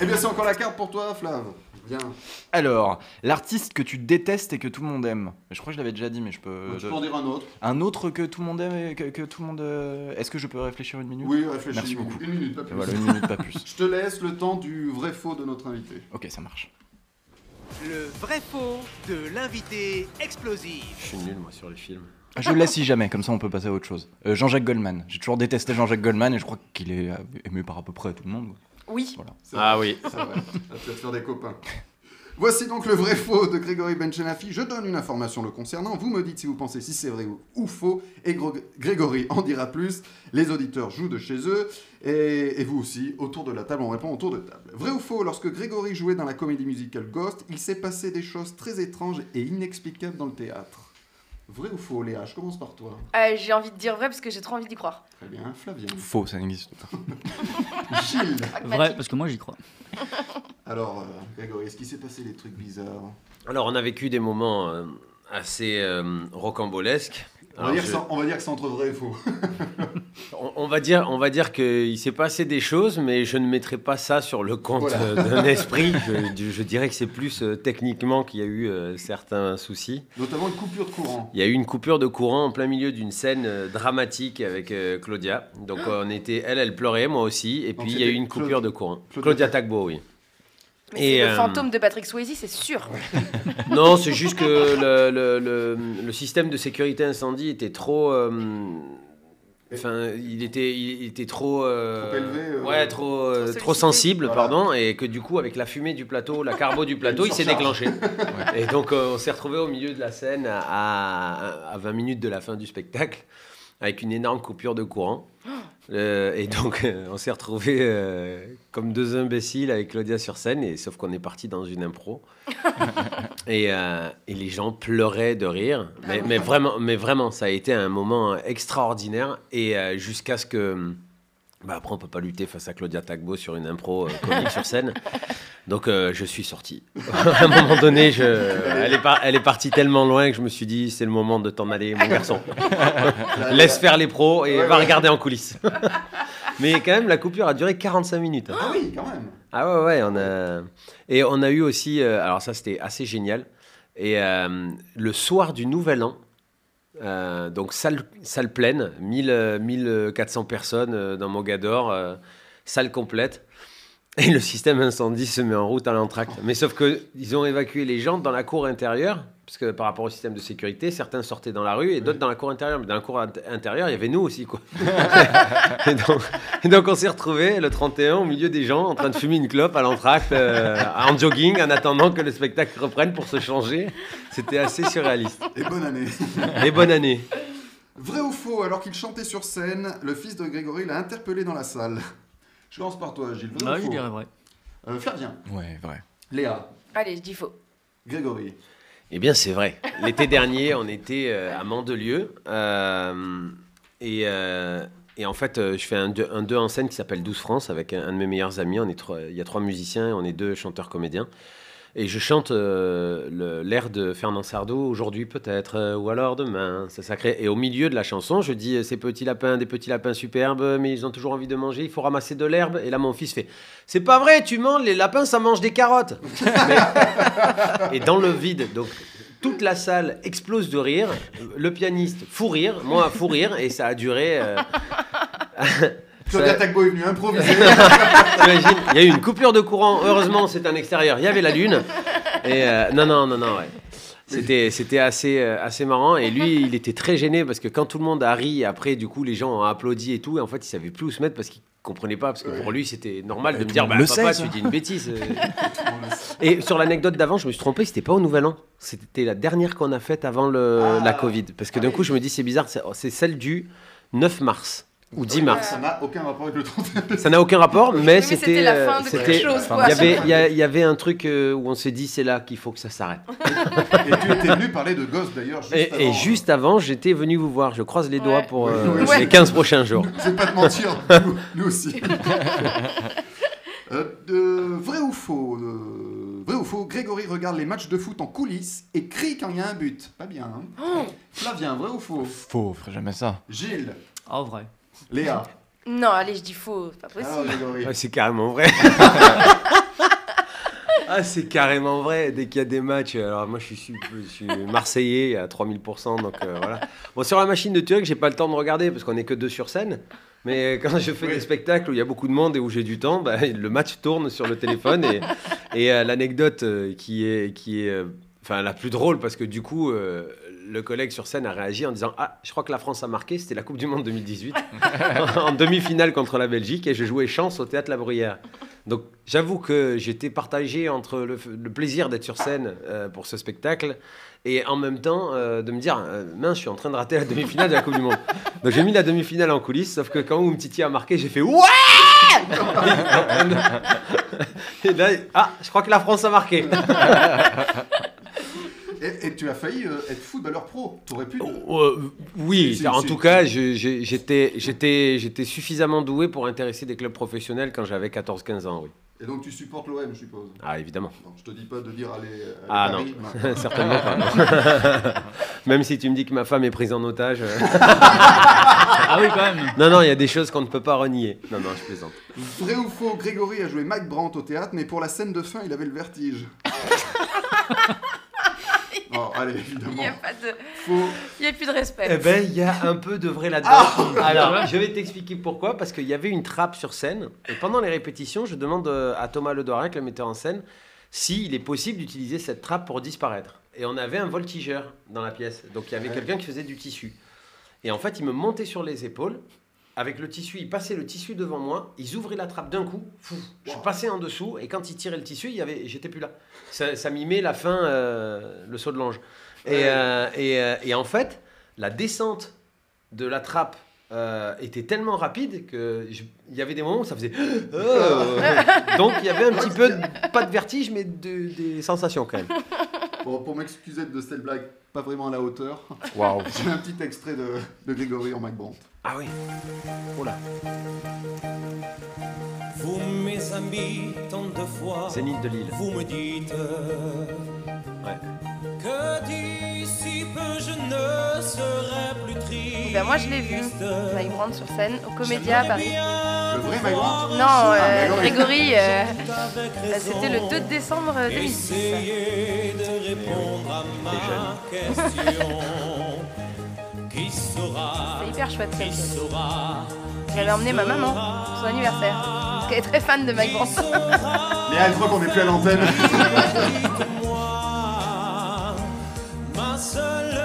B: Eh bien, c'est encore la carte pour toi, Flav.
D: Euh,
B: Bien.
D: Alors, l'artiste que tu détestes et que tout le monde aime. Je crois que je l'avais déjà dit, mais je Mm. peux.
B: tu peux en dire un autre.
D: Un autre que tout le monde aime et que, que tout le monde. euh, Est-ce que je peux réfléchir une minute
B: Oui, réfléchis.
D: Merci
B: une minute.
D: beaucoup.
B: Une minute, pas
D: Et
B: plus.
D: Voilà, une minute, pas plus.
B: Je te laisse le temps du vrai-faux de notre invité.
D: Ok, ça marche.
A: Le vrai faux de l'invité explosif.
E: Je suis nul, moi, sur les films.
D: Je le laisse si jamais, comme ça on peut passer à autre chose. Euh, Jean-Jacques Goldman. J'ai toujours détesté Jean-Jacques Goldman et je crois qu'il est euh, aimé par à peu près tout le monde. quoi.
F: Oui.
B: C'est
E: Ah oui.
B: C'est vrai. Là, tu vas te faire des copains. Voici donc le vrai faux de Grégory Benchenafi. Je donne une information le concernant. Vous me dites si vous pensez si c'est vrai ou, ou faux. Et Gro- Grégory en dira plus. Les auditeurs jouent de chez eux. Et, et vous aussi, autour de la table, on répond autour de table. Vrai ou faux, lorsque Grégory jouait dans la comédie musicale Ghost, il s'est passé des choses très étranges et inexplicables dans le théâtre. Vrai ou faux, Léa Je commence par toi.
F: Euh, j'ai envie de dire vrai parce que j'ai trop envie d'y croire.
B: Très bien,
E: [laughs]
B: Flavien.
D: Faux, ça n'existe pas.
B: Gilles
C: Vrai, parce que moi j'y crois.
B: Alors, euh, Grégory, est-ce qu'il s'est passé des trucs bizarres
E: Alors, on a vécu des moments euh, assez euh, rocambolesques.
B: on va,
E: Alors,
B: dire que
E: je-
B: c'est- on va dire que c'est entre vrai et faux.
E: on, on va dire, on va dire qu'il s'est passé des choses, mais je ne mettrai pas ça sur le compte
B: Voilà.
E: euh, d'un esprit. Je, du- je dirais que c'est plus euh, techniquement qu'il y a eu euh, certains soucis.
B: Notamment une coupure de courant.
E: Il y a eu une coupure de courant en plein milieu d'une scène euh, dramatique avec euh, Claudia. Donc on était, elle, elle pleurait, moi aussi. Et
B: Donc,
E: puis il y a eu
B: c'était
E: une coupure
B: Claude-
E: de courant.
B: Claudia-
E: Claudia Tagbo, oui.
F: Mais
E: Et,
F: c'est le
E: euh,
F: fantôme de Patrick Swayze, c'est sûr.
E: Non, c'est juste que le, le- le- le système de sécurité incendie était trop. euh, Enfin, il était, il était trop. euh,
B: Trop élevé, euh,
E: ouais, trop, euh,
F: sollicité.
E: trop sensible,
B: Voilà.
E: pardon, et que du coup, avec la fumée du plateau, la carbo du plateau,
B: Une
E: il s'est
B: surcharge.
E: déclenché. Et donc, euh, on s'est retrouvé au milieu de la scène à, à, à 20 minutes de la fin du spectacle, avec une énorme coupure de courant. Euh, et donc, euh, on s'est retrouvés euh, comme deux imbéciles avec Claudia sur scène, et, sauf qu'on est parti dans une impro. et, euh, et les gens pleuraient de rire. Mais, mais vraiment, mais vraiment, ça a été un moment extraordinaire. Et euh, jusqu'à ce que. Bah, après, on peut pas lutter face à Claudia Tagbo sur une impro euh, comique sur scène. Donc, euh, je suis sorti. [laughs] à un moment donné, je, elle, est par- elle est partie tellement loin que je me suis dit c'est le moment de t'en aller, mon garçon. Laisse faire les pros et va regarder en coulisses. [laughs] Mais quand même, la coupure a duré 45 minutes. hein.
B: Ah oui, quand même.
E: Ah ouais, ouais, on a... Et on a eu aussi, euh, alors ça c'était assez génial, et euh, le soir du Nouvel An, euh, donc salle, salle pleine, 1000, euh, 1400 personnes euh, dans Mogador, euh, salle complète, [laughs] et le système incendie se met en route à l'entracte. Mais sauf que ils ont évacué les gens dans la cour intérieure, parce que par rapport au système de sécurité, certains sortaient dans la rue et d'autres dans la cour intérieure. Mais dans la cour int- intérieure, il y avait nous aussi, quoi. Et donc, et donc on s'est retrouvés le 31 au milieu des gens en train de fumer une clope à l'entracte, euh, en jogging, en attendant que le spectacle reprenne pour se changer. C'était assez surréaliste.
B: Et bonne année.
E: Et bonne année.
B: Vrai ou faux, alors qu'il chantait sur scène, le fils de Grégory l'a interpellé dans la salle. Je lance par toi, Gilles. Vrai
C: Ah,
B: ou
C: je
B: faux
C: dirais vrai.
B: Euh, Flavien,
D: Ouais, vrai.
B: Léa,
F: Allez, je dis faux. [gasps]
B: Grégory.
E: Eh bien, c'est vrai. L'été [laughs] dernier, on était euh, à Mandelieu. euh, et, euh, et en fait, euh, je fais un, deux- un deux en scène qui s'appelle 12 France avec un, un de mes meilleurs amis. On est trois- il y a trois musiciens et on est deux chanteurs-comédiens. Et je chante euh, le- l'air de Fernand Sardou aujourd'hui peut-être, euh, ou alors demain, c'est sacré. Et au milieu de la chanson, je dis euh, ces petits lapins, des petits lapins superbes, mais ils ont toujours envie de manger, il faut ramasser de l'herbe. Et là, mon fils fait, c'est pas vrai, tu mens, les lapins, ça mange des carottes. Mais- Et dans le vide, donc toute la salle explose de rire, le pianiste fou rire, moi fou rire, et ça a duré. euh,
B: Claudia Tagbo est venue improviser.
E: T'imagines Il y a eu une coupure de courant. Heureusement, c'est un extérieur. Il y avait la lune. Et euh, non, non, non, non. ouais. C'était, c'était assez, euh, assez marrant. Et lui, il était très gêné parce que quand tout le monde a ri, après, du coup, les gens ont applaudi et tout. Et en fait, il savait plus où se mettre parce qu'il comprenait pas. Parce que pour lui, c'était normal de me dire, bah,
D: le
E: papa,
D: sait, ça.
E: tu dis une bêtise. euh.
D: [laughs]
E: et sur l'anecdote d'avant, je me suis trompé. C'était pas au Nouvel An. C'était la dernière qu'on a faite avant le, la Covid. Parce que d'un coup, je me dis, c'est bizarre. C'est, c'est celle du 9 mars ou 10 mars.
B: Ça n'a aucun rapport avec le 31.
E: Ça n'a aucun rapport, mais
F: mais
E: c'était.
F: c'était la
E: euh,
F: fin de quelque
E: c'était-
F: chose,
E: enfin,
F: quoi.
E: Il y avait, il y a- il y avait un truc euh, où on s'est dit, c'est là qu'il faut que ça s'arrête.
B: Et tu étais venu parler de Ghost d'ailleurs. Juste
E: Et, et
B: avant. hein.
E: juste avant, j'étais venu vous voir. Je croise les doigts
F: Ouais.
E: pour euh,
B: Ouais.
E: les 15 prochains jours.
B: Je vais pas te mentir, nous, nous aussi. Euh, de- vrai ou faux euh, Vrai ou faux Grégory regarde les matchs de foot en coulisses et crie quand il y a un but. Pas bien. hein Flavien, vrai ou faux
D: Faux, ferait jamais ça.
B: Gilles,
C: Ah, vrai.
B: Léa.
F: Non, allez, je dis faux. C'est pas
B: Alors,
F: possible.
B: Grégory.
E: Ouais, c'est carrément vrai. ah, c'est carrément vrai. Dès qu'il y a des matchs, euh, alors moi je suis, je suis marseillais à 3000%, donc euh, voilà. Bon, sur la machine de Turc, j'ai pas le temps de regarder parce qu'on est que deux sur scène. Mais euh, quand je fais des spectacles où il y a beaucoup de monde et où j'ai du temps, bah, [laughs] le match tourne sur le téléphone. Et, et, euh, l'anecdote euh, qui est, qui est euh, enfin, la plus drôle, parce que du coup, euh, le collègue sur scène a réagi en disant Ah, je crois que la France a marqué, c'était la Coupe du Monde 2018, [laughs] en demi-finale contre la Belgique, et je jouais chance au théâtre La Bruyère. Donc j'avoue que j'étais partagé entre le, f- le plaisir d'être sur scène euh, pour ce spectacle et en même temps euh, de me dire euh, mince je suis en train de rater la demi-finale de la Coupe du Monde. Donc j'ai mis la demi-finale en coulisses sauf que quand Umtiti a marqué j'ai fait ouais [laughs] et là ah je crois que la France a marqué.
B: Et, et tu as failli euh, être footballeur pro. Tu aurais pu.
E: Euh, oui,
B: Si,
E: en
B: si.
E: tout cas, je- je- j'étais j'étais- j'étais suffisamment doué pour intéresser des clubs professionnels quand j'avais 14-15 ans, oui.
B: Et donc tu supportes l'OM, je suppose.
E: Ah, évidemment.
B: Non, je te dis pas de dire allez. euh,
E: Ah,
B: Paris,
E: non.
B: mais-
E: [laughs] Certainement pas. non. [laughs] Même si tu me dis que ma femme est prise en otage. euh,
C: Ah oui, quand même.
E: Non, non, il y a des choses qu'on ne peut pas renier. Non, non, je plaisante.
B: Vrai ou faux, Grégory a joué Mike Brandt au théâtre, mais pour la scène de fin, il avait le vertige. oh, allez,
F: Il n'y
B: évidemment.
F: a, pas de...
B: Faux.
F: il y a plus de respect.
E: Eh ben, il y a un peu de vrai là-dedans. Alors, je vais t'expliquer pourquoi. Parce qu'il y avait une trappe sur scène. Et pendant les répétitions, je demande euh, à Thomas Ledoirac, le metteur en scène, s'il est possible d'utiliser cette trappe pour disparaître. Et on avait un voltigeur dans la pièce. Donc, il y avait quelqu'un qui faisait du tissu. Et en fait, il me montait sur les épaules. Avec le tissu, il passait le tissu devant moi, ils ouvraient la trappe d'un coup, fou, je passais en dessous, et quand il tirait le tissu, il y avait, j'étais plus là. Ça, ça mimait la fin, euh, le saut de l'ange. Et, euh, et, euh, et en fait, la descente de la trappe euh, était tellement rapide que je- il y avait des moments où ça [laughs] faisait. Euh. Donc il y avait un petit peu, de- pas de vertige, mais de- des sensations quand même.
B: Bon, pour m'excuser de cette blague, pas vraiment à la hauteur,
D: Waouh.
B: [laughs] j'ai un petit extrait de, de Grégory en MacBrand.
E: Ah oui. Oh là.
I: Vous, mes amis, tant de fois,
E: Zénith de Lille.
I: vous me dites que d'ici peu je ne serai plus triste.
F: Ben moi je l'ai vu, Mike Brandt sur scène, au Comédia à Paris.
B: Le vrai MacBrand
F: Non, euh, Grégory, euh, euh, c'était le 2 décembre euh, 2010.
I: Essayez de répondre à ma question. Qui saura,
F: C'est hyper chouette cette
I: qui
F: pièce.
I: saura,
F: J'avais emmené ma maman pour son anniversaire, parce qu'elle est très fan de Mike Brandt.
B: Léa, je crois qu'on est plus à l'antenne.
I: moi, ma seule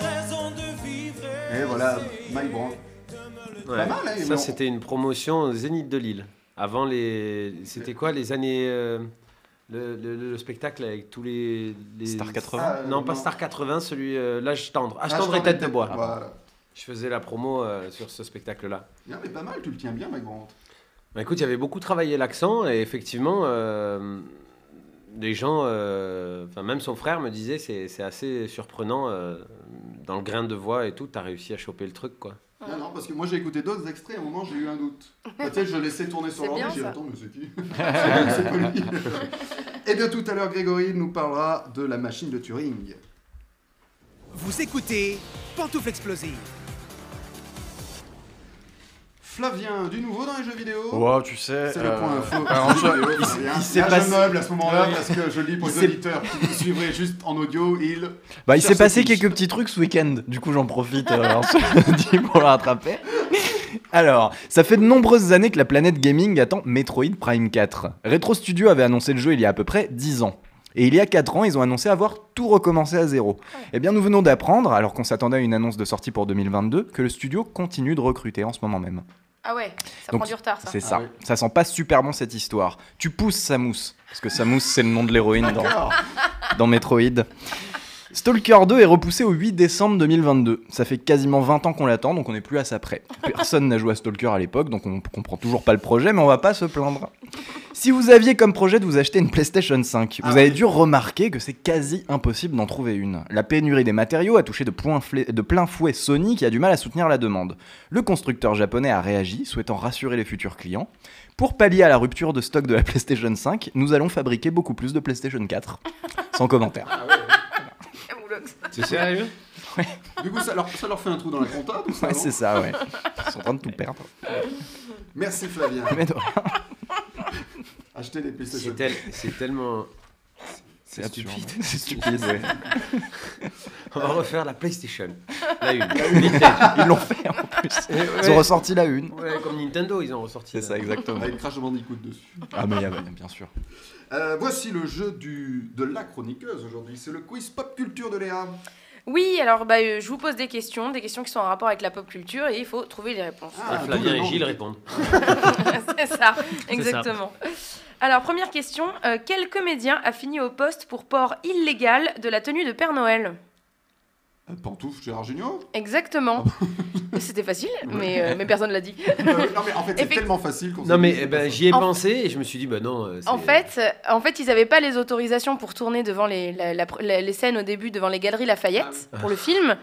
I: raison de vivre est
B: Et voilà, MacBrand.
E: Ouais.
B: mal, hein, mais
E: Ça,
B: on-
E: c'était une promotion Zénith de Lille. Avant les. C'était quoi les années. euh, le, le- le spectacle avec tous les. les-
D: Star 80.
B: Ah, euh,
E: non, pas
B: non.
E: Star 80, celui. euh, L'âge tendre. Âge
B: Ah, je
E: tendre et
B: t'en ai
E: tête de bois.
B: Voilà.
E: Je faisais la promo euh, sur ce spectacle-là.
B: Non, mais pas mal, tu le tiens bien, MacBrand.
E: Bah écoute, j'avais beaucoup travaillé l'accent et effectivement, euh, les gens, euh, enfin même son frère me disait, c'est c'est assez surprenant euh, dans le grain de voix et tout, t'as réussi à choper le truc quoi.
F: Ah.
B: Non, non, parce que moi j'ai écouté d'autres extraits, à un moment j'ai eu
F: [laughs]
B: un doute. Bah, tu sais, je laissais tourner sur
F: C'est
B: l'ordi,
F: bien,
B: j'ai dit
F: ça.
B: attends, mais c'est qui [laughs] C'est pas lui.
F: [laughs]
B: Eh bien, tout à l'heure, Grégory nous parlera de la machine de Turing.
A: Vous écoutez Pantoufle Explosive.
B: Flavien, du nouveau dans les jeux vidéo
D: Wow, tu sais.
B: C'est le
D: euh,
B: point info. [laughs]
D: alors, je-
B: il,
D: il s'est passé-
B: meuble à ce moment-là
D: Ouais.
B: parce que je lis pour
D: Il
B: les
D: s'est-
B: auditeurs qui vous suivraient juste en audio. Il.
D: Bah, il
B: Sur
D: s'est
B: ce
D: passé
B: pitch.
D: quelques petits trucs ce week-end, du coup j'en profite euh, en ce [laughs] lundi pour le rattraper. Alors, ça fait de nombreuses années que la planète gaming attend Metroid Prime 4. Retro Studio avait annoncé le jeu il y a à peu près 10 ans. Et il y a 4 ans, ils ont annoncé avoir tout recommencé à zéro. Eh bien, nous venons d'apprendre, alors qu'on s'attendait à une annonce de sortie pour 2022, que le studio continue de recruter en ce moment même.
F: Ah ouais, ça
D: Donc,
F: prend du retard ça.
D: C'est ça.
B: oui.
D: Ça sent pas super bon cette histoire. Tu pousses Samus, parce que Samus c'est le nom de l'héroïne dans, dans Metroid. Stalker 2 est repoussé au 8 décembre 2022. Ça fait quasiment 20 ans qu'on l'attend, donc on n'est plus à ça près. Personne n'a joué à Stalker à l'époque, donc on comprend toujours pas le projet, mais on va pas se plaindre. Si vous aviez comme projet de vous acheter une PlayStation 5, vous avez dû remarquer que c'est quasi impossible d'en trouver une. La pénurie des matériaux a touché de, point flé- de plein fouet Sony qui a du mal à soutenir la demande. Le constructeur japonais a réagi, souhaitant rassurer les futurs clients. Pour pallier à la rupture de stock de la PlayStation 5, nous allons fabriquer beaucoup plus de PlayStation [laughs] 4. Sans commentaire.
F: Oulox.
E: C'est sérieux
B: Du coup, ça leur, ça leur fait un trou dans la compta, tout ça.
D: Ouais,
B: non
D: c'est ça, ouais. Ils sont en train de tout perdre.
B: Merci Flavien.
D: Mais non,
B: Achetez les PlayStation.
E: C'est tel- c'est tellement...
B: [laughs]
D: c'est
E: stupide.
D: absurde. C'est stupide, [laughs] ouais.
E: On va refaire la
B: [laughs]
E: PlayStation. La une.
D: Ils l'ont fait en plus. Ils ont ressorti la une.
E: Ouais, comme Nintendo, ils ont ressorti.
D: Eh, C'est ça,
E: la-
D: exactement.
B: Avec Crash Bandicoot dessus.
D: [laughs] Ah, mais il y a- bien sûr.
B: Euh, voici le jeu du, de la chroniqueuse aujourd'hui. C'est le quiz pop culture de Léa.
F: Oui, alors bah, euh, je vous pose des questions, des questions qui sont en rapport avec la pop culture et il faut trouver les réponses.
B: Ah,
E: Et
B: d'où
E: Flavien
B: le
E: et
B: nom.
E: Gilles répondent.
F: [laughs] C'est ça, exactement. Alors, première question, euh, quel comédien a fini au poste pour port illégal de la tenue de Père Noël
B: Euh, Pantoufle
E: [laughs]
B: Gérard Junior
F: [laughs] Exactement. C'était facile, mais, euh, mais personne ne l'a dit.
B: Euh, Non, mais en fait, c'est
F: Effect-
B: tellement facile qu'on
E: Non
B: s'est
E: mais
B: dit,
E: eh
B: c'est
E: ben,
B: pas
E: j'y ai
F: En-
E: pensé et je me suis dit, bah non... euh, c'est-
F: En fait, euh, en fait ils n'avaient pas les autorisations pour tourner devant les, la- la- la- les scènes au début, devant les galeries
E: Ah
F: Lafayette, pour le film.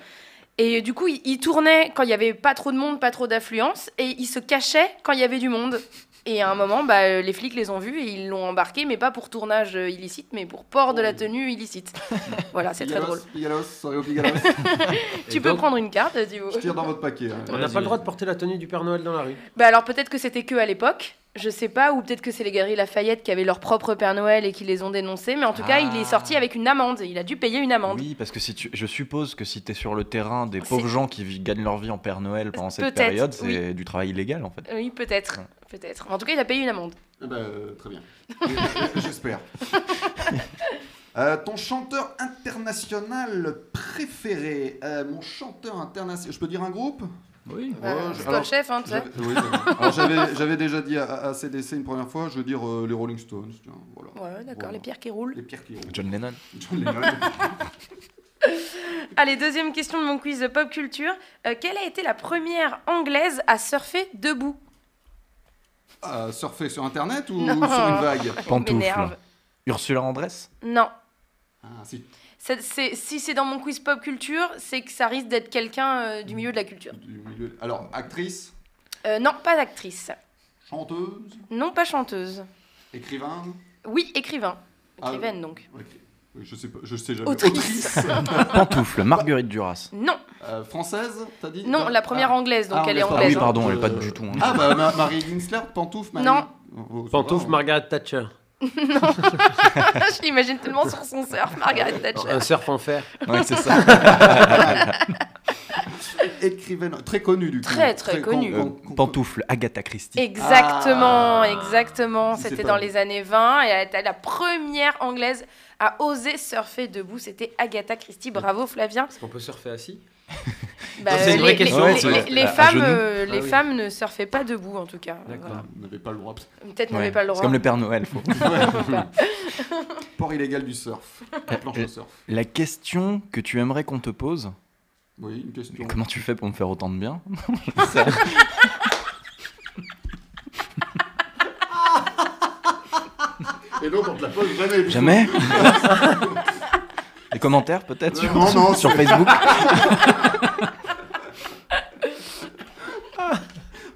F: Et euh, du coup, ils, ils tournaient quand il n'y avait pas trop de monde, pas trop d'affluence, et ils se cachaient quand il y avait du monde. Et à un moment, bah, euh, les flics les ont vus et ils l'ont embarqué, mais pas pour tournage euh, illicite, mais pour port de la
E: Oh.
F: tenue
E: [laughs]
F: illicite. voilà, c'est très
B: Pigalos,
F: drôle.
B: Pigalos, soirée au Pigalos.
E: Et
F: Tu peux
E: donc,
F: prendre une carte, dis vous.
B: Je tire dans votre paquet.
F: [laughs]
B: hein.
E: On n'a pas le droit de porter la tenue du Père Noël dans la rue.
F: Bah alors peut-être que c'était que à l'époque, je sais pas, ou peut-être que c'est les galeries Lafayette qui avaient leur propre Père Noël et qui les ont dénoncés, mais en tout cas il est sorti avec une amende, il a dû payer une amende.
D: Oui, parce que si tu, je suppose que si t'es sur le terrain des
F: C'est-
D: pauvres gens qui vi- gagnent leur vie en Père Noël pendant cette
F: Peut-être,
D: période, c'est du travail illégal en fait.
F: Oui, peut-être, peut-être. En tout cas il a payé une amende.
B: Eh ben, euh, très bien.
F: [laughs]
B: J'espère. Euh, ton chanteur international préféré Euh, Mon chanteur international. Je peux dire un groupe
C: Oui.
B: Ouais,
F: Euh,
B: je-
F: c'est toi
B: alors,
F: le chef, hein, tu sais.
B: j'avais- oui, j'avais- alors, j'avais j'avais déjà dit à, à CDC une première fois, je veux dire euh, les Rolling Stones. tiens, voilà.
F: Ouais, d'accord,
B: Voilà.
F: les pierres qui roulent.
B: Les pierres qui ont.
D: John Lennon.
B: John Lennon.
F: Allez, deuxième question de mon quiz de pop culture. Euh, quelle a été la première anglaise à surfer debout
B: Euh, surfer sur internet ou
F: Non.
B: sur une vague
D: Pantoufle.
F: M'énerve.
D: Ursula Andress
F: Non.
B: Ah, si.
F: Ça- c'est- si c'est dans mon quiz pop culture, c'est que ça risque d'être quelqu'un euh, du milieu de la culture.
B: Du milieu- Alors, actrice,
F: Euh, non, pas actrice.
B: chanteuse,
F: Non, pas chanteuse.
B: écrivain
F: Oui, écrivain.
B: Ah,
F: Écrivaine donc.
B: ok. Oui, Je sais pas, je sais jamais.
F: Autrice.
D: Pantoufle, Marguerite Duras.
F: Non,
B: Euh, française, t'as dit
F: non, la première
B: Ah.
F: anglaise, donc
B: Ah,
F: elle est
B: d'accord.
D: Ah
F: anglaise.
D: oui,
F: hein.
D: pardon,
B: hein.
D: elle est pas du tout. hein.
B: Ah bah Ma- Marie Ginsler, pantoufle, Marie.
F: Non.
B: Oh, oh, ça
E: Pantoufle
B: va,
E: Margaret Thatcher.
F: [laughs] Je l'imagine tellement sur son surf, Margaret Thatcher.
E: Un surf en fer.
D: Ouais, c'est [laughs] ça. Euh,
B: hein. Écrivaine, très connue du coup.
F: Très, très connue.
D: Euh, Pantoufle, Agatha Christie.
F: Exactement,
B: Ah.
F: exactement.
B: Si c'est
F: C'était
B: pas-
F: dans les années 20 et elle était la première anglaise à oser surfer debout. C'était Agatha Christie. Bravo Flavien.
E: Est-ce qu'on peut surfer assis
F: Bah,
E: c'est une
F: les-
E: vraie
F: les-
E: question,
F: les-
E: ouais, c'est
F: les-
D: vrai.
F: les
D: À- à
F: femmes,
D: genoux.
F: euh, les
E: Ah oui.
F: femmes ne surfaient pas debout en tout cas. Voilà.
B: On n'avait pas le droit.
F: Peut-être
D: Ouais,
F: n'avaient pas le
D: C'est
F: droit. [laughs]
D: comme le Père Noël. faut- [laughs]
B: Port illégal du surf. La planche au surf.
D: La question que tu aimerais qu'on te pose,
B: Oui, une question.
D: comment tu fais pour me faire autant de [laughs] bien
B: Et donc on te la pose jamais. du
D: [laughs]
B: coup.
D: Jamais Des commentaires peut-être sur,
B: Non, non,
D: sur Facebook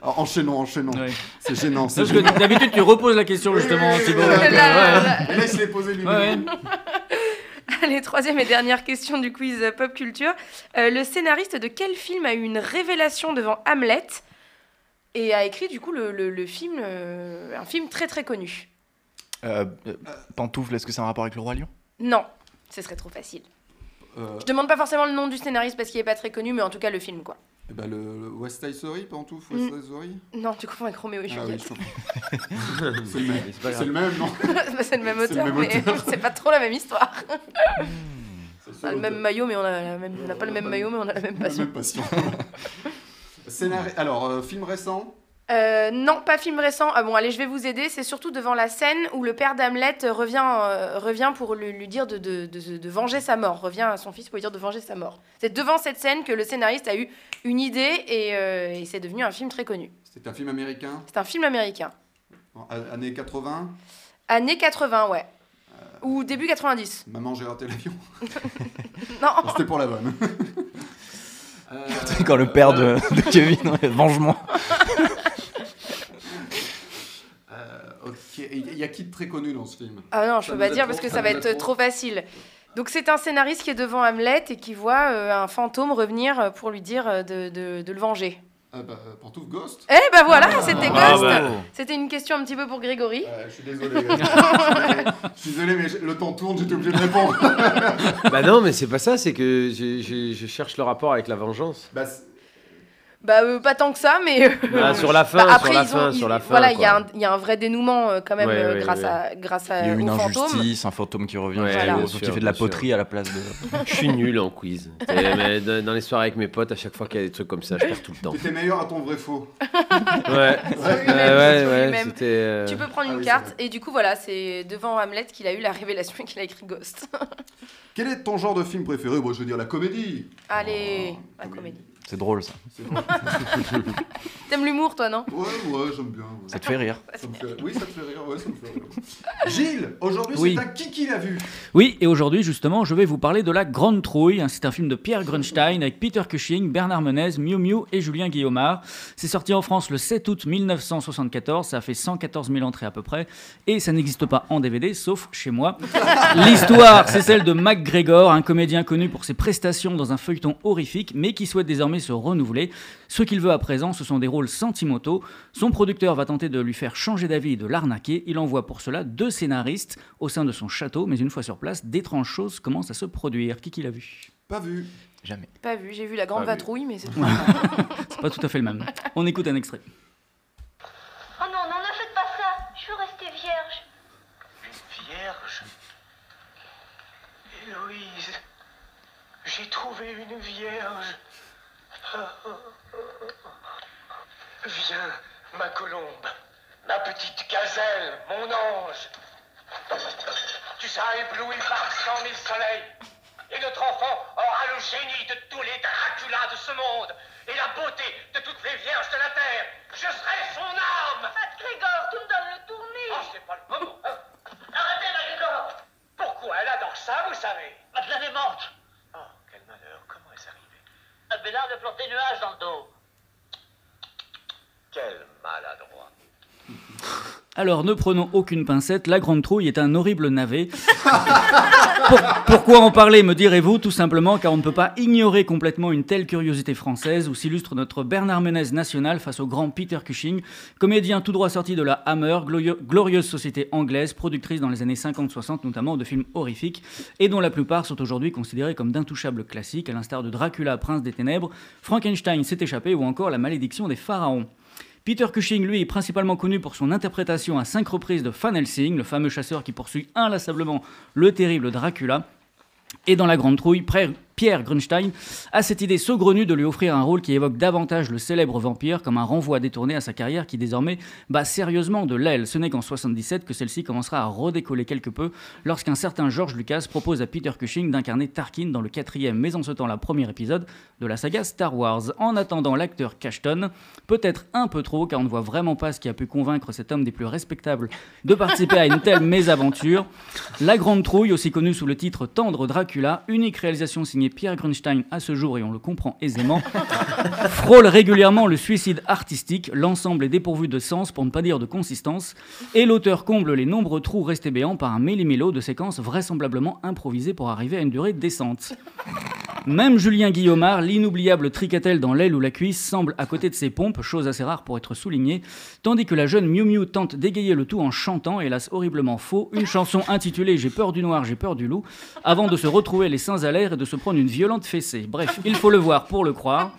B: Ah, enchaînons, enchaînons.
C: Ouais.
B: C'est gênant, c'est
C: Parce
B: gênant.
C: que d'habitude, tu reposes la question justement, Thibaut.
F: oui,
C: donc,
F: oui, Là,
C: euh,
F: là,
B: Mais Laisse-les poser lui
C: ouais. Ouais, ouais.
F: [laughs] Allez, troisième et dernière question du quiz euh, pop culture. Euh, le scénariste de quel film a eu une révélation devant Hamlet et a écrit du coup le, le- le film, euh, un film très très connu
D: Euh, euh, Pantoufle, est-ce que c'est un rapport avec le Roi [laughs] Lion
F: Non, ce serait trop facile.
B: Euh,
F: Je demande pas forcément le nom du scénariste parce qu'il est pas très connu, mais en tout cas le film quoi.
B: bah, le, le West Side Story, pantoufle, West Side Story
F: Non, tu confonds avec Roméo et
B: Ah oui, [laughs]
F: Juliette.
B: Mm. je comprends.
E: [laughs]
B: c'est le même. C'est le même, non
F: [laughs] c'est le même
B: C'est le
F: auteur,
B: même
F: mais
B: auteur.
F: [laughs] c'est pas trop la même histoire.
B: [laughs] C'est
F: On a le même maillot, mais on a, la même- on a pas le même maillot, mais on a la même
B: La
F: passion.
B: même passion. [laughs] Scénari- Alors, euh, film récent
F: Euh, non, pas film récent. Ah bon, allez, je vais vous aider. C'est surtout devant la scène où le père d'Hamlet revient, euh, revient pour lui, lui dire de, de- de- de venger sa mort. Revient à son fils pour lui dire de venger sa mort. C'est devant cette scène que le scénariste a eu une idée et, euh, et c'est devenu un film très connu.
B: C'est un film américain,
F: C'est un film américain.
B: en- a- années 80.
F: Années 80, ouais. Ou début 90.
B: Maman, j'ai raté l'avion. [laughs]
F: Non,
B: C'était pour la bonne. [laughs] Euh,
D: Quand le père de, de Kevin, [laughs] ouais, venge-moi.
B: euh, ok, il y a qui de très connu dans ce film
F: Ah non, je
B: Ça
F: peux
B: nous
F: pas
B: a
F: dire
B: trop-
F: parce que
B: ça
F: ça va
B: nous a
F: être
B: trop.
F: trop facile. Donc c'est un scénariste qui est devant Hamlet et qui voit euh, un fantôme revenir euh, pour lui dire euh, de, de- de le venger.
B: Ah bah, euh, Pantouf Ghost
F: Eh ben voilà, c'était
E: Ah
F: Ghost.
B: ben.
E: bah.
F: C'était une question un petit peu pour Grégory.
B: Euh, Je suis [laughs] désolé. Je suis désolé, mais j'ai- le temps tourne, j'étais obligé de répondre. [laughs]
E: Bah non, mais c'est pas ça, c'est que je, je- je cherche le rapport avec la vengeance.
B: Bah, c'est-
F: Bah euh, pas tant que ça, mais euh,
E: [laughs] Bah, sur la fin,
F: bah, après
E: sur la
F: ils ont-
E: fin,
F: ils-
E: sur la fin.
F: voilà, il y, a
E: quoi.
F: un- il y a un vrai dénouement euh, quand même
E: Ouais,
F: euh,
E: ouais,
F: grâce
E: ouais.
F: à grâce à,
D: Il y a eu une
F: au fantôme.
D: injustice, un fantôme qui revient,
E: Euh, Ouais,
D: etc.
F: bien
D: Sauf
E: sûr,
D: qu'il fait de
E: bien
D: la
E: sûr.
D: poterie à la place de.
E: Je suis nul en quiz. Et, mais Dans dans les soirées avec mes potes, à chaque fois qu'il y a des trucs comme ça, je perds tout le temps.
B: T'étais meilleur à ton vrai faux.
E: [laughs]
F: lui-même,
E: Ouais, Euh,
F: sur
E: ouais, ouais,
F: lui-même.
E: c'était. euh,
F: Tu peux prendre
B: Ah
F: une
B: oui, c'est
F: carte
B: vrai.
F: et du coup voilà, c'est devant Hamlet qu'il a eu la révélation et qu'il a écrit Ghost. [laughs]
B: Quel est ton genre de film préféré Bon, je veux dire la comédie.
F: Allez, la comédie.
D: C'est drôle ça.
B: C'est bon.
F: T'aimes l'humour toi, non
B: Ouais, ouais, j'aime bien. ouais.
D: Ça te fait [laughs] rire.
B: Ça me fait- Oui, ça me fait rire, ouais, ça me fait rire. Gilles, aujourd'hui,
C: Oui.
B: c'est un qui qui l'a vu
C: Oui, et aujourd'hui, justement, je vais vous parler de La Grande Trouille. C'est un film de Pierre Grunstein avec Peter Cushing, Bernard Menez, Miu Miu et Julien Guillaumard. C'est sorti en France le 7 août 1974. Ça a fait 114 000 entrées à peu près. Et ça n'existe pas en DVD, sauf chez moi. L'histoire, c'est celle de MacGregor, un comédien connu pour ses prestations dans un feuilleton horrifique, mais qui souhaite désormais se renouveler. Ce qu'il veut à présent, ce sont des rôles sentimentaux. Son producteur va tenter de lui faire changer d'avis et de l'arnaquer. Il envoie pour cela deux scénaristes au sein de son château, mais une fois sur place, d'étranges choses commencent à se produire. Qui qui l'a vu
B: Pas vu.
D: Jamais.
F: Pas vu, j'ai vu la grande
E: Pas vu.
F: patrouille, mais c'est
E: [laughs]
F: tout.
C: C'est pas tout à fait le même. On écoute un extrait.
J: Oh non, non, ne faites pas ça. Je veux rester vierge.
H: Une vierge Héloïse, j'ai trouvé une vierge. Viens, ma colombe, ma petite gazelle, mon ange. Tu seras ébloui par cent mille soleils, et notre enfant aura le génie de tous les Draculas de ce monde et la beauté de toutes les vierges de la terre. Je serai son arme.
J: Fat Ah, Grégor, tu me donnes le tournis
H: Oh, c'est pas le moment. hein. Arrêtez, Magrégor. Pourquoi elle adore ça, vous savez
J: Ah,
K: Madeleine est morte.
H: Oh, quel malheur. Comment est-ce arrivé
K: Abélard lui a planté nuage dans le dos.
H: Quel maladroit.
C: Alors ne prenons aucune pincette, la grande trouille est un horrible navet. Pour- pourquoi en parler, me direz-vous Tout simplement car on ne peut pas ignorer complètement une telle curiosité française où s'illustre notre Bernard Ménez national face au grand Peter Cushing, comédien tout droit sorti de la Hammer, glorio- glorieuse société anglaise, productrice dans les années 50-60 notamment de films horrifiques, et dont la plupart sont aujourd'hui considérés comme d'intouchables classiques, à l'instar de Dracula, Prince des Ténèbres, Frankenstein s'est échappé ou encore La malédiction des pharaons. Peter Cushing, lui, est principalement connu pour son interprétation à cinq reprises de Van Helsing, le fameux chasseur qui poursuit inlassablement le terrible Dracula. Et dans La Grande Trouille, Pré- Pierre Grunstein a cette idée saugrenue de lui offrir un rôle qui évoque davantage le célèbre vampire comme un renvoi détourné à sa carrière qui désormais bat sérieusement de l'aile. Ce n'est qu'en 77 que celle-ci commencera à redécoller quelque peu lorsqu'un certain George Lucas propose à Peter Cushing d'incarner Tarkin dans le quatrième, mais en ce temps la premier épisode de la saga Star Wars. En attendant, l'acteur Cashton, peut-être un peu trop, car on ne voit vraiment pas ce qui a pu convaincre cet homme des plus respectables de participer à une telle mésaventure. La Grande Trouille, aussi connue sous le titre Tendre Dracula, unique réalisation signée Pierre Grunstein à ce jour, et on le comprend aisément, frôle régulièrement le suicide artistique, l'ensemble est dépourvu de sens pour ne pas dire de consistance, et l'auteur comble les nombreux trous restés béants par un méli-mélo de séquences vraisemblablement improvisées pour arriver à une durée décente. Même Julien Guillaumard, l'inoubliable tricatelle dans l'aile ou la cuisse, semble à côté de ses pompes, chose assez rare pour être soulignée, tandis que la jeune Miu Miu tente d'égayer le tout en chantant, hélas horriblement faux, une chanson intitulée J'ai peur du noir, j'ai peur du loup, avant de se retrouver les seins à l'air et de se prendre une violente fessée. Bref, il faut le voir pour le croire.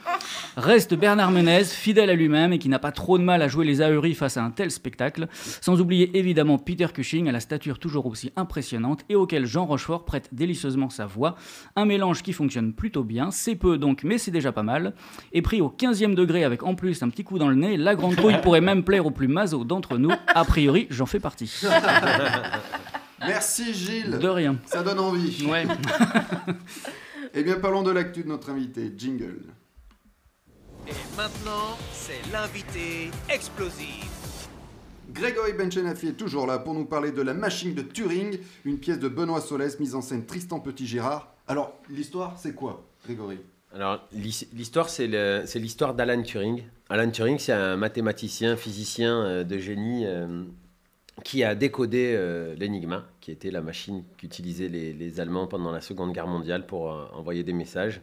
C: Reste Bernard Menez, fidèle à lui-même et qui n'a pas trop de mal à jouer les ahuris face à un tel spectacle, sans oublier évidemment Peter Cushing à la stature toujours aussi impressionnante et auquel Jean Rochefort prête délicieusement sa voix, un mélange qui fonctionne plutôt bien, c'est peu donc mais c'est déjà pas mal, et pris au 15e degré avec en plus un petit coup dans le nez, la grande trouille pourrait même plaire aux plus maso d'entre nous, a priori j'en fais partie.
B: Merci Gilles.
C: De rien.
B: Ça donne envie.
C: Ouais.
B: [laughs] Eh bien, parlons de l'actu de notre invité, Jingle.
A: Et maintenant, c'est l'invité explosif.
B: Grégory Benchenafi est toujours là pour nous parler de La Machine de Turing, une pièce de Benoît Solès mise en scène Tristan Petit-Gérard. Alors, l'histoire, c'est quoi, Grégory
E: Alors, l'his- l'histoire, c'est le- c'est l'histoire d'Alan Turing. Alan Turing, c'est un mathématicien, physicien euh, de génie euh, qui a décodé euh, l'Enigma, qui était la machine qu'utilisaient les, les Allemands pendant la Seconde Guerre mondiale pour euh, envoyer des messages.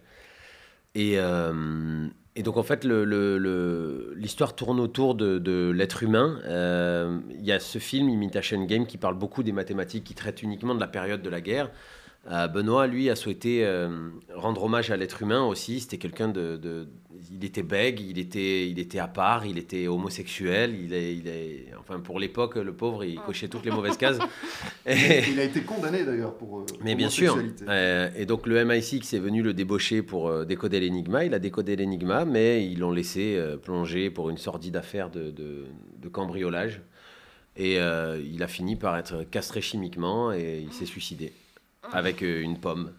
E: Et, euh, et donc, en fait, le- le- le- l'histoire tourne autour de, de l'être humain. Euh, Il y a ce film, Imitation Game, qui parle beaucoup des mathématiques, qui traite uniquement de la période de la guerre. Euh, Benoît, lui, a souhaité euh, rendre hommage à l'être humain aussi. C'était quelqu'un de, de- Il était bègue, il était, il était à part, il était homosexuel. Il est, il est... Enfin, pour l'époque, le pauvre, il cochait toutes les mauvaises cases. Et-
B: Il a été condamné d'ailleurs pour. euh,
E: Eh. mais bien sûr.
B: homosexualité.
E: Euh, et donc le MI6 est venu le débaucher pour euh, décoder l'énigma. Il a décodé l'énigma, mais ils l'ont laissé euh, plonger pour une sordide affaire de, de- de cambriolage. Et euh, il a fini par être castré chimiquement et il s'est suicidé avec euh, une pomme.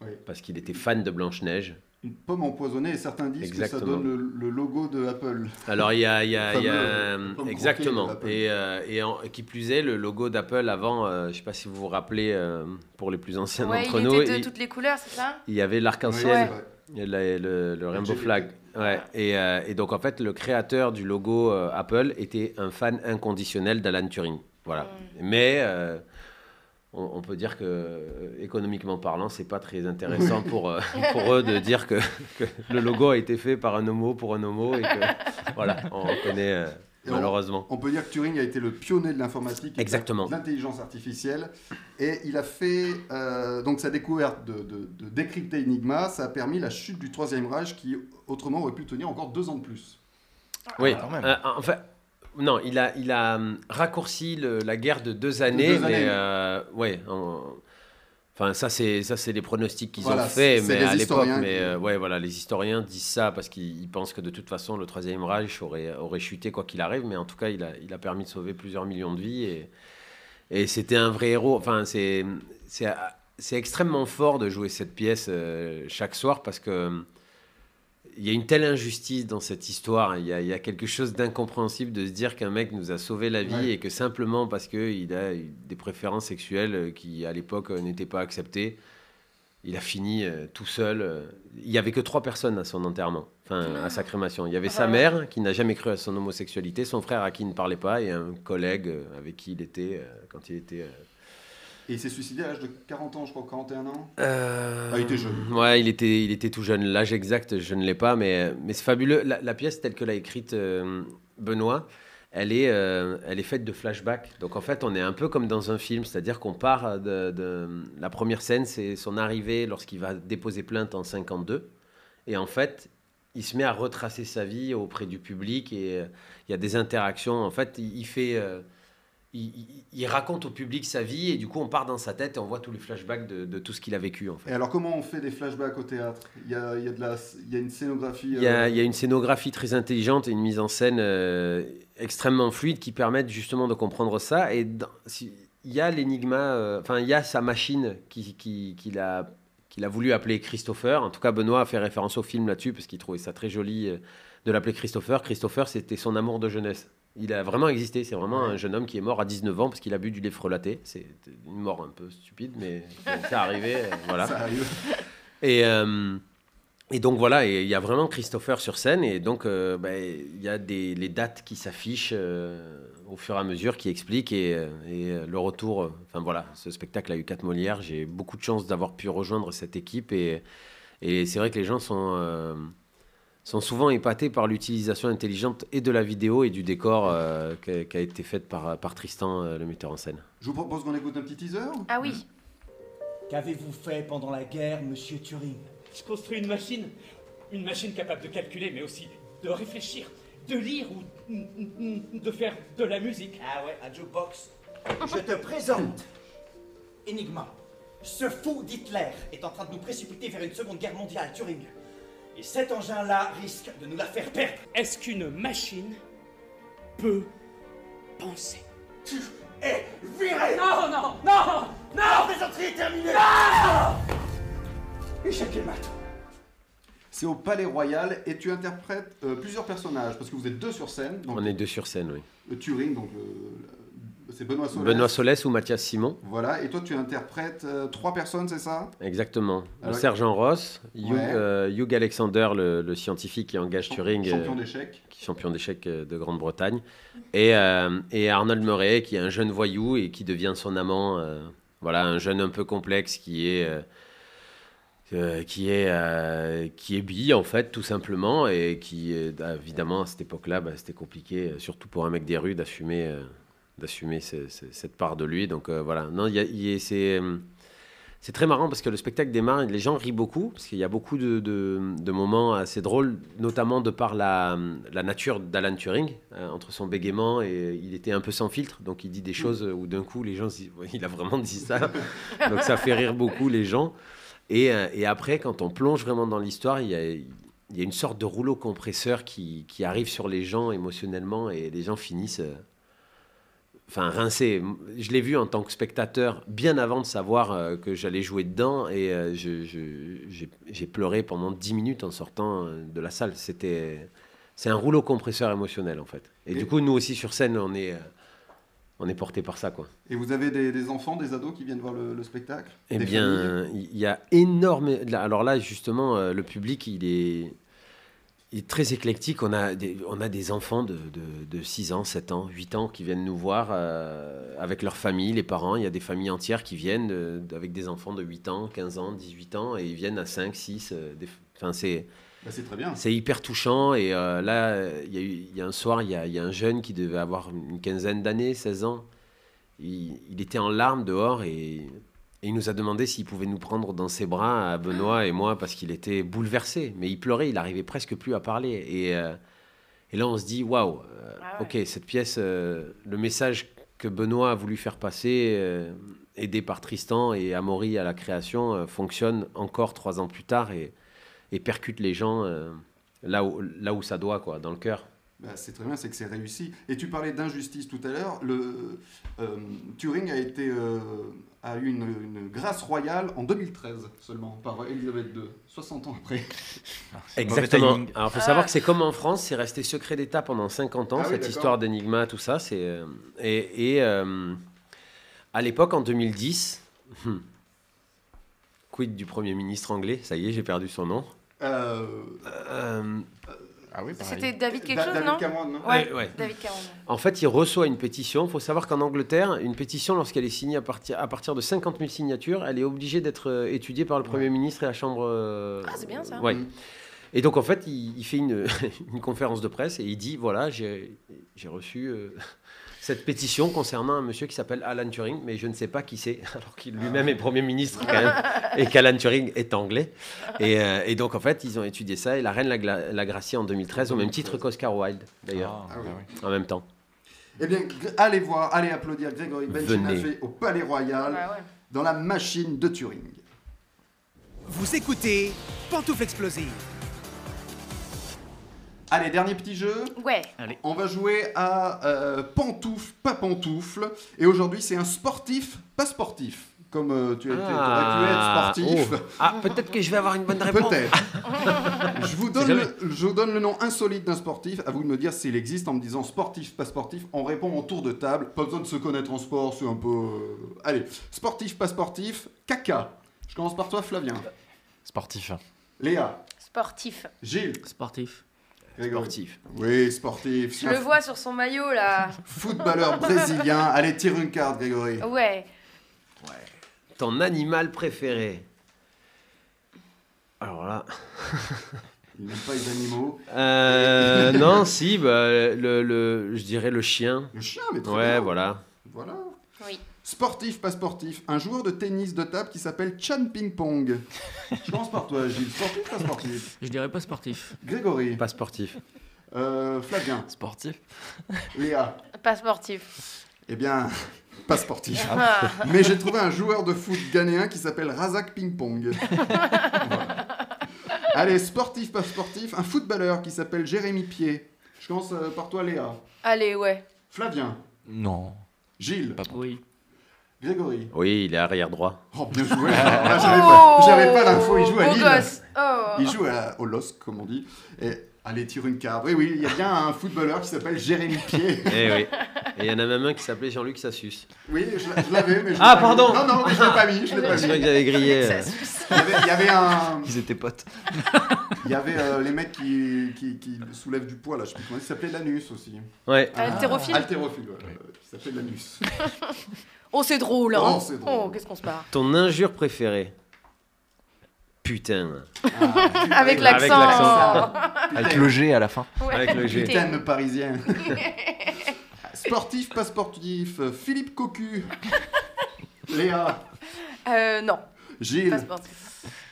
B: Oui.
E: Parce qu'il était fan de Blanche-Neige.
B: Une pomme empoisonnée et certains disent que ça
E: Exactement.
B: donne le, le logo de Apple.
E: Alors il y a, il y a- il y a- euh,
B: Fameux, le pomme
E: exactement
B: croquée d'Apple.
E: et, euh, et en- qui plus est le logo d'Apple avant, euh, je sais pas si vous vous rappelez euh, pour les plus anciens
F: Ouais,
E: d'entre
F: il
E: nous,
F: était de
E: il-
F: toutes les couleurs, c'est ça
E: il y avait
B: Oui,
E: l'arc-en-ciel.
B: c'est vrai.
E: Et la- le, le Rainbow
B: JPEG.
E: Flag. Ouais. Et, euh, et donc, en fait, le créateur du logo euh, Apple était un fan inconditionnel d'Alan Turing. Voilà. Mais euh, on, on peut dire que, euh, économiquement parlant, c'est pas très intéressant pour, euh, pour eux de dire que, que le logo a été fait par un homo pour un homo. Et que, voilà, on connaît euh,
B: Et on-
E: malheureusement.
B: On peut dire que Turing a été le pionnier de l'informatique, et de
E: Exactement.
B: l'intelligence artificielle, et il a fait euh, donc sa découverte de, de- de décrypter Enigma, ça a permis la chute du troisième Reich qui autrement aurait pu tenir encore deux ans de plus. Ah,
E: Oui,
D: quand même.
E: Euh, en fait, non, il a, il a hum, raccourci le- la guerre de deux années,
B: deux années.
E: mais euh, ouais, en- enfin ça c'est ça c'est les pronostics qu'ils
B: Voilà,
E: ont faits,
B: c'est- c'est
E: mais
B: les
E: à l'époque,
B: historiens
E: mais
B: qui-
E: euh, ouais voilà, les historiens disent ça parce qu'ils ils pensent que de toute façon le troisième Reich aurait aurait chuté quoi qu'il arrive, mais en tout cas il a il a permis de sauver plusieurs millions de vies et et c'était un vrai héros. Enfin c'est c'est c'est extrêmement fort de jouer cette pièce euh, chaque soir parce que euh, il y a une telle injustice dans cette histoire. hein. Il y a, il y a quelque chose d'incompréhensible de se dire qu'un mec nous a sauvé la vie
B: Ouais.
E: et que simplement parce qu'il a eu des préférences sexuelles euh, qui à l'époque euh, n'étaient pas acceptées, il a fini euh, tout seul. euh. Il y avait que trois personnes à son enterrement, enfin à sa crémation. Il y avait sa mère qui n'a jamais cru à son homosexualité, son frère à qui il ne parlait pas et un collègue euh, avec qui il était euh, quand il était. euh,
B: Et il s'est suicidé à l'âge de 40 ans, je crois, 41 ans.
E: euh,
B: Ah, il était jeune.
E: Ouais, il était, il était tout jeune. L'âge exact, je ne l'ai pas, mais, mais c'est fabuleux. La, la pièce telle que l'a écrite euh, Benoît, elle est, euh, elle est faite de flashbacks. Donc en fait, on est un peu comme dans un film, c'est-à-dire qu'on part de, de- La première scène, c'est son arrivée lorsqu'il va déposer plainte en 52. Et en fait, il se met à retracer sa vie auprès du public et euh, il y a des interactions. En fait, il, il fait... euh, il, il- il raconte au public sa vie et du coup on part dans sa tête et on voit tous les flashbacks de, de tout ce qu'il a vécu en fait.
B: Et alors, comment on fait des flashbacks au théâtre il y, a, il, y a de la, il y a une scénographie.
E: Il y, a,
B: euh,
E: il y a une scénographie très intelligente et une mise en scène euh, extrêmement fluide qui permettent justement de comprendre ça. Et dans- si- il y a l'énigma, euh, enfin, il y a sa machine qui, qui, qui l'a- qu'il a voulu appeler Christopher. En tout cas, Benoît a fait référence au film là-dessus parce qu'il trouvait ça très joli euh, de l'appeler Christopher. Christopher, c'était son amour de jeunesse. Il a vraiment existé. C'est vraiment un jeune homme qui est mort à 19 ans parce qu'il a bu du lait frelaté. C'est une mort un peu stupide, mais c'est arrivé. euh, voilà.
B: Ça arrive.
E: Et, euh, et donc voilà, et il y a vraiment Christopher sur scène, et donc euh, bah, il y a des, les dates qui s'affichent euh, au fur et à mesure, qui expliquent, et, euh, et, euh, le retour, euh, enfin voilà, ce spectacle a eu 4 Molières, j'ai beaucoup de chance d'avoir pu rejoindre cette équipe, et, et c'est vrai que les gens sont, euh, sont souvent épatés par l'utilisation intelligente et de la vidéo et du décor euh, qui a, qui a été faite par, par Tristan, euh, le metteur en scène.
B: Je vous propose qu'on écoute un petit teaser.
F: Ah oui.
L: Qu'avez-vous fait pendant la guerre, monsieur Turing
M: Je construis une machine, une machine capable de calculer, mais aussi de réfléchir, de lire ou de faire de la musique. Ah ouais, un jukebox.
L: Je te présente Enigma. Ce fou d'Hitler est en train de nous précipiter vers une seconde guerre mondiale, Turing. Et cet engin-là risque de nous la faire perdre.
M: Est-ce qu'une machine peut penser Tu es
L: viré
M: Non, non, non, non La
L: plaisanterie est terminée
M: Non
L: Échec et mat.
B: C'est au Palais Royal et tu interprètes euh, plusieurs personnages parce que vous êtes deux sur scène. Donc,
E: On est deux sur scène, oui.
B: euh, Turing, donc le- le- c'est Benoît Solès.
E: Benoît Solès ou Mathias Simon
B: Voilà, et toi tu interprètes euh, trois personnes, c'est ça
E: Exactement.
B: Alors,
E: le sergent Ross, Hugh,
B: Ah Ouais.
E: euh, Hugh Alexander, le, le scientifique qui engage Turing,
B: champion
E: euh,
B: d'échecs.
E: qui est champion d'échecs euh, de Grande-Bretagne, et, euh, et Arnold Murray, qui est un jeune voyou et qui devient son amant. euh, voilà, un jeune un peu complexe qui est euh, euh, qui est euh, qui est bi en fait tout simplement et qui euh, évidemment à cette époque-là bah, c'était compliqué euh, surtout pour un mec des rues d'assumer euh, d'assumer ce- ce- cette part de lui donc euh, voilà non il y a- il y a- c'est euh, c'est très marrant parce que le spectacle démarre et les gens rient beaucoup parce qu'il y a beaucoup de, de- de moments assez drôles notamment de par la, la nature d'Alan Turing euh, entre son bégaiement et il était un peu sans filtre donc il dit des choses où d'un coup les gens se disent Ouais, il a vraiment dit ça [laughs] donc ça fait rire beaucoup les gens. Et, euh, et après, quand on plonge vraiment dans l'histoire, il y a, il y a une sorte de rouleau compresseur qui, qui arrive sur les gens émotionnellement et les gens finissent. euh, Enfin, rincés. Je l'ai vu en tant que spectateur bien avant de savoir euh, que j'allais jouer dedans et euh, je- je- j'ai j'ai pleuré pendant 10 minutes en sortant euh, de la salle. C'était. C'est un rouleau compresseur émotionnel en fait. Et, du coup, nous aussi sur scène, on est, euh, on est porté par ça quoi.
B: Et vous avez des, des enfants, des ados qui viennent voir le, le spectacle
E: Eh
B: Des familles
E: bien, il y a énorme. là, Alors là, justement, euh, le public, il est, il est très éclectique. On a des, on a des enfants de, de, 6 ans, 7 ans, 8 ans qui viennent nous voir euh, avec leurs familles, les parents. Il y a des familles entières qui viennent euh, avec des enfants de 8 ans, 15 ans, 18 ans, et ils viennent à 5, 6. euh, des- Enfin, c'est.
B: Bah, c'est très bien.
E: C'est hyper touchant. Et euh, là, euh, il y, a eu- il y a un soir, il y a, il y a un jeune qui devait avoir une quinzaine d'années, 16 ans. Il, il était en larmes dehors et, et il nous a demandé s'il pouvait nous prendre dans ses bras à Benoît et moi parce qu'il était bouleversé. Mais il pleurait, il arrivait presque plus à parler. Et, euh, et là, on se dit waouh, euh,
F: Ah
E: ok, cette pièce, euh, le message que Benoît a voulu faire passer, euh, aidé par Tristan et Amaury à la création, euh, fonctionne encore trois ans plus tard et, et percute les gens euh, là, où, là où ça doit, quoi, dans le cœur.
B: Bah, c'est très bien, c'est que c'est réussi. Et tu parlais d'injustice tout à l'heure. Le euh, Turing a été euh, a eu une, une grâce royale en 2013 seulement par Elisabeth II, 60 ans après.
E: Exactement.
B: Mauvais timing.
E: Alors, faut savoir que c'est comme en France, c'est resté secret d'État pendant 50 ans,
B: Ah oui,
E: cette
B: d'accord.
E: histoire d'Enigma, tout ça. C'est, euh, et et, euh, à l'époque, en 2010, hmm, quid du Premier ministre anglais Ça y est, j'ai perdu son nom.
B: Euh,
E: ah oui,
F: C'était David quelque
B: Da-
F: chose,
B: David
F: non
B: Cameron, non
F: ouais,
E: euh, Ouais, ouais.
F: David Cameron.
E: En fait, il reçoit une pétition. Il faut savoir qu'en Angleterre, une pétition, lorsqu'elle est signée à partir, à partir de 50 000 signatures, elle est obligée d'être euh, étudiée par le Premier ministre et la Chambre. euh,
F: Ah, c'est bien, ça.
E: Ouais.
F: Mm.
E: Et donc, en fait, il, il fait une, [laughs] une conférence de presse et il dit voilà, j'ai j'ai reçu euh, [laughs] cette pétition concernant un monsieur qui s'appelle Alan Turing, mais je ne sais pas qui c'est, [laughs] alors qu'il lui-même est Premier ministre
F: [laughs]
E: quand même, et qu'Alan Turing est anglais. Et, euh, et donc, en fait, ils ont étudié ça et la reine l'a gla- l'a gracié en 2013, au même titre qu'Oscar Wilde, d'ailleurs,
B: Ah, ah
E: en même temps.
B: Eh bien, gr- allez voir, allez applaudir Grégory Benchinaché
E: Venez.
B: au Palais Royal,
F: Ah
B: dans la machine de Turing.
A: Vous écoutez Pantoufle Explosive.
B: Allez, dernier petit jeu.
F: Ouais.
B: On va jouer à euh, pantoufle, pas pantoufle. Et aujourd'hui, c'est un sportif, pas sportif. Comme euh, tu as été,
E: Ah,
B: t'aurais pu être sportif.
E: oh. Ah, peut-être que je vais avoir une bonne réponse.
B: Peut-être. je, vous donne
E: C'est
B: le, je vous donne le nom insolite d'un sportif. À vous de me dire s'il existe en me disant sportif, pas sportif. On répond en tour de table. Pas besoin de se connaître en sport, c'est un peu. euh, Allez, sportif, pas sportif. Caca. Je commence par toi, Flavien.
D: Sportif.
B: Léa.
F: Sportif.
B: Gilles.
C: Sportif.
E: Sportif.
B: Oui, sportif.
F: Je
B: C'est un
F: le vois sur son maillot, là.
B: Footballeur brésilien. Allez, tire une carte, Grégory.
F: Ouais.
E: Ton animal préféré Alors là.
B: Il n'aime pas les animaux. [laughs]
E: Euh, non, si, bah, le, le- je dirais le chien.
B: Le chien, mais très
E: Ouais,
B: bien.
E: voilà.
B: Voilà.
F: Oui.
B: Sportif, pas sportif. Un joueur de tennis de table qui s'appelle Chan Ping Pong. Je commence par toi, Gilles. Sportif, pas sportif.
C: Je dirais pas sportif.
B: Grégory.
E: Pas sportif.
B: Euh, Flavien.
D: Sportif.
B: Léa.
F: Pas sportif.
B: Eh bien, pas sportif.
F: Ah.
B: Mais j'ai trouvé un joueur de foot ghanéen qui s'appelle Razak Ping Pong. Voilà. Allez, sportif, pas sportif. Un footballeur qui s'appelle Jérémy Pied. Je commence euh, par toi, Léa.
F: Allez, ouais.
B: Flavien.
D: Non.
B: Gilles.
C: Oui.
B: Grégory.
E: Oui, il est arrière droit.
B: Oh, bien joué. Alors là, j'avais pas-
F: Oh,
B: j'avais pas l'info. Il joue à
F: beau
B: Lille.
F: gosse. Oh.
B: Il joue à- au LOSC, comme on dit. Et allez, tire une carte. Oui, oui, il y a bien un footballeur qui s'appelle Jérémy Pied. [laughs]
E: Eh oui. Et il y en a même un qui s'appelait Jean-Luc Sassus.
B: Oui, je, l'a- je l'avais, mais je l'ai
E: Ah,
B: pas
E: pardon.
B: mis. Non, non, mais je l'ai pas mis. Je l'ai pas
E: C'est [laughs] vrai
B: mis.
E: que j'avais grillé. euh.
B: Il y avait, il y avait un.
D: Ils étaient potes.
B: Il y avait euh, les mecs qui, qui, qui soulèvent du poids, là. Je sais plus comment il s'appelait, l'anus aussi.
E: Ouais.
F: Haltérophile.
B: Haltérophile, ouais. euh, Qui s'appelait l'anus.
F: Oh, c'est drôle, hein.
B: Oh, c'est drôle.
F: qu'est-ce qu'on se barre.
E: Ton injure préférée Putain.
F: Avec l'accent.
D: Avec le G à la fin.
F: Ouais.
E: Avec le G.
B: Putain de parisien. sportif, pas sportif. Philippe Cocu. Léa.
F: Euh, non. Pas
B: Gilles.
F: sportif.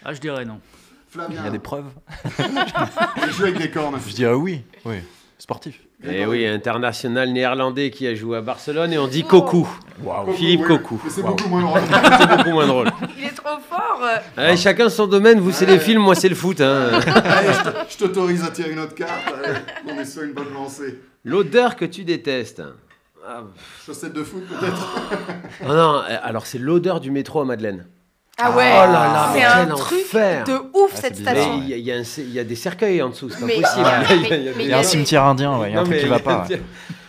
C: Ah, je dirais non.
B: Flavien.
D: Il y a des preuves.
B: Il joue avec des cornes.
D: Je dirais oui. Oui. Sportif.
E: Eh oui, international néerlandais qui a joué à Barcelone et on
B: Oh.
E: dit Cocu.
D: Waouh.
E: Philippe
B: oui,
E: Cocu.
B: mais C'est
D: Wow.
B: beaucoup moins drôle.
E: C'est beaucoup moins drôle.
F: Il est trop fort. euh.
E: Allez, Ah chacun son domaine, vous c'est les films, moi c'est le foot. [laughs] hein.
B: Allez, je te- je t'autorise à tirer une autre carte. Allez, on est sur une bonne lancée.
E: L'odeur que tu détestes. Ah,
B: Chaussettes de foot, peut-être
E: non, non, euh, alors c'est l'odeur du métro à Madeleine.
F: Ah ouais.
E: Oh là là,
F: c'est
E: mais
F: un
E: quel
F: truc
E: enfer.
F: de ouf,
D: Ah, c'est
F: cette
D: bizarre.
E: Mais
F: station.
E: il y, a- il y a un c- il y a des cercueils en dessous, c'est pas
F: Mais-
E: possible.
F: Ah,
E: Il y a- il y a-
F: mais- mais
D: Il y a un
F: des-
D: cimetière indien, ouais. Il y a un
E: Non,
D: truc
E: mais-
D: qui
E: [laughs]
D: va
B: [laughs]
D: pas. ouais.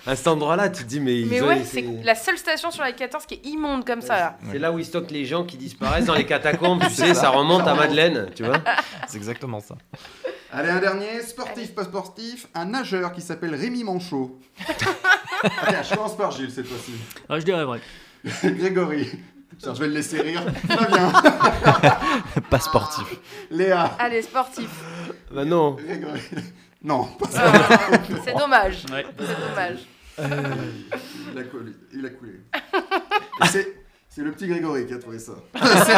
E: À cet endroit-là, tu te dis, mais, ils
F: Mais
E: ont-
F: ouais,
E: c'est
F: c'est la seule station sur la 14 qui est immonde comme ça. Là.
E: c'est là où ils stockent les gens qui disparaissent dans les catacombes, tu sais, ça remonte à Madeleine, tu vois.
D: C'est exactement ça.
B: Allez, un dernier. Sportif, pas sportif. Un nageur qui s'appelle Rémi Manchot. Allez, je commence par Gilles cette fois-ci.
C: Ah, je dirais vrai.
B: Grégory. Tiens, je vais le laisser rire. Flavien.
D: Pas sportif.
B: Léa.
F: Allez, sportif.
E: Bah non.
B: Grégory. Non, pas ça.
F: Ah, c'est dommage. C'est dommage.
B: Il a coulé. Il a coulé. Et C'est c'est le petit Grégory qui a trouvé ça. C'est,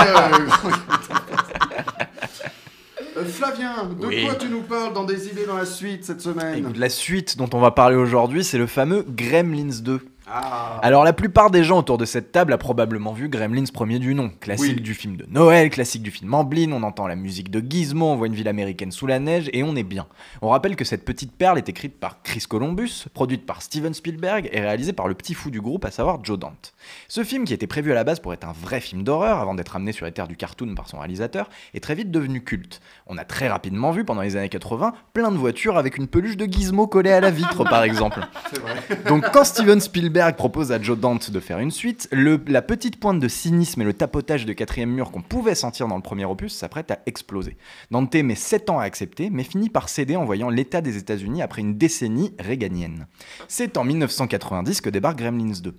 B: euh, euh, Flavien, de
D: Oui.
B: quoi tu nous parles dans des idées dans la suite cette semaine
D: Écoute, la suite dont on va parler aujourd'hui, c'est le fameux Gremlins 2.
B: Ah,
D: Ah. Alors la plupart des gens autour de cette table a probablement vu Gremlins premier du nom, classique
B: Oui.
D: du film de Noël, classique du film Amblin, on entend la musique de Gizmo, on voit une ville américaine sous la neige et on est bien. On rappelle que cette petite perle est écrite par Chris Columbus, produite par Steven Spielberg et réalisée par le petit fou du groupe, à savoir Joe Dante. Ce film, qui était prévu à la base pour être un vrai film d'horreur avant d'être amené sur les terres du cartoon par son réalisateur, est très vite devenu culte. On a très rapidement vu pendant les années 80 plein de voitures avec une peluche de Gizmo collée à la vitre par exemple.
B: C'est vrai.
D: Donc quand Steven Spielberg propose à Joe Dante de faire une suite, le- la petite pointe de cynisme et le tapotage de quatrième mur qu'on pouvait sentir dans le premier opus s'apprête à exploser. Dante met 7 ans à accepter, mais finit par céder en voyant l'état des États-Unis après une décennie réganienne. C'est en 1990 que débarque Gremlins 2.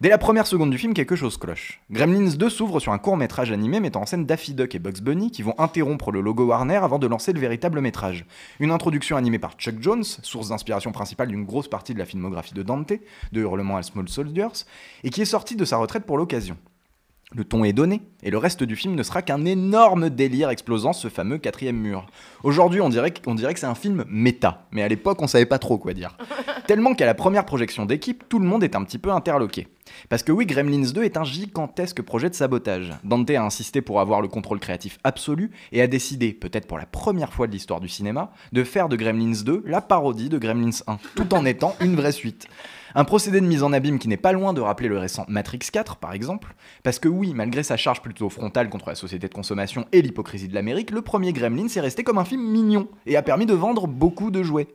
D: Dès la première seconde du film, quelque chose cloche. Gremlins 2 s'ouvre sur un court métrage animé mettant en scène Daffy Duck et Bugs Bunny qui vont interrompre le logo Warner avant de lancer le véritable métrage. Une introduction animée par Chuck Jones, source d'inspiration principale d'une grosse partie de la filmographie de Dante, de Hurlement à Small Soldiers, et qui est sortie de sa retraite pour l'occasion. Le ton est donné, et le reste du film ne sera qu'un énorme délire explosant ce fameux quatrième mur. Aujourd'hui, on dirait, qu'on dirait que c'est un film méta, mais à l'époque, on savait pas trop quoi dire. Tellement qu'à la première projection d'équipe, tout le monde est un petit peu interloqué. Parce que oui, Gremlins 2 est un gigantesque projet de sabotage. Dante a insisté pour avoir le contrôle créatif absolu et a décidé, peut-être pour la première fois de l'histoire du cinéma, de faire de Gremlins 2 la parodie de Gremlins 1, tout en étant une vraie suite. Un procédé de mise en abîme qui n'est pas loin de rappeler le récent Matrix 4, par exemple, parce que oui, malgré sa charge plutôt frontale contre la société de consommation et l'hypocrisie de l'Amérique, le premier Gremlin s'est resté comme un film mignon et a permis de vendre beaucoup de jouets.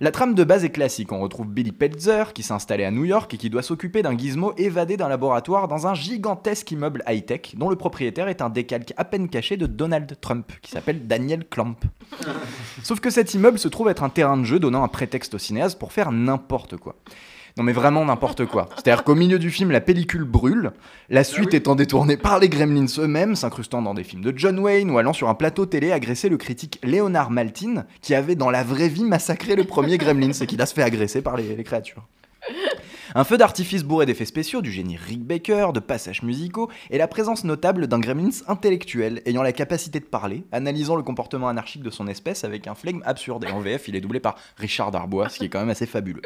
D: La trame de base est classique, on retrouve Billy Peltzer qui s'est installé à New York et qui doit s'occuper d'un gizmo évadé d'un laboratoire dans un gigantesque immeuble high-tech dont le propriétaire est un décalque à peine caché de Donald Trump qui s'appelle Daniel Clamp. Sauf que cet immeuble se trouve être un terrain de jeu donnant un prétexte au cinéaste pour faire n'importe quoi. Non mais vraiment n'importe quoi. C'est-à-dire qu'au milieu du film, la pellicule brûle, la suite étant détournée par les Gremlins eux-mêmes, s'incrustant dans des films de John Wayne ou allant sur un plateau télé agresser le critique Léonard Maltin, qui avait dans la vraie vie massacré le premier Gremlins et qui là se fait agresser par les- les créatures. Un feu d'artifice bourré d'effets spéciaux du génie Rick Baker, de passages musicaux et la présence notable d'un gremlins intellectuel ayant la capacité de parler, analysant le comportement anarchique de son espèce avec un flegme absurde. Et en VF, il est doublé par Richard Darbois, ce qui est quand même assez fabuleux.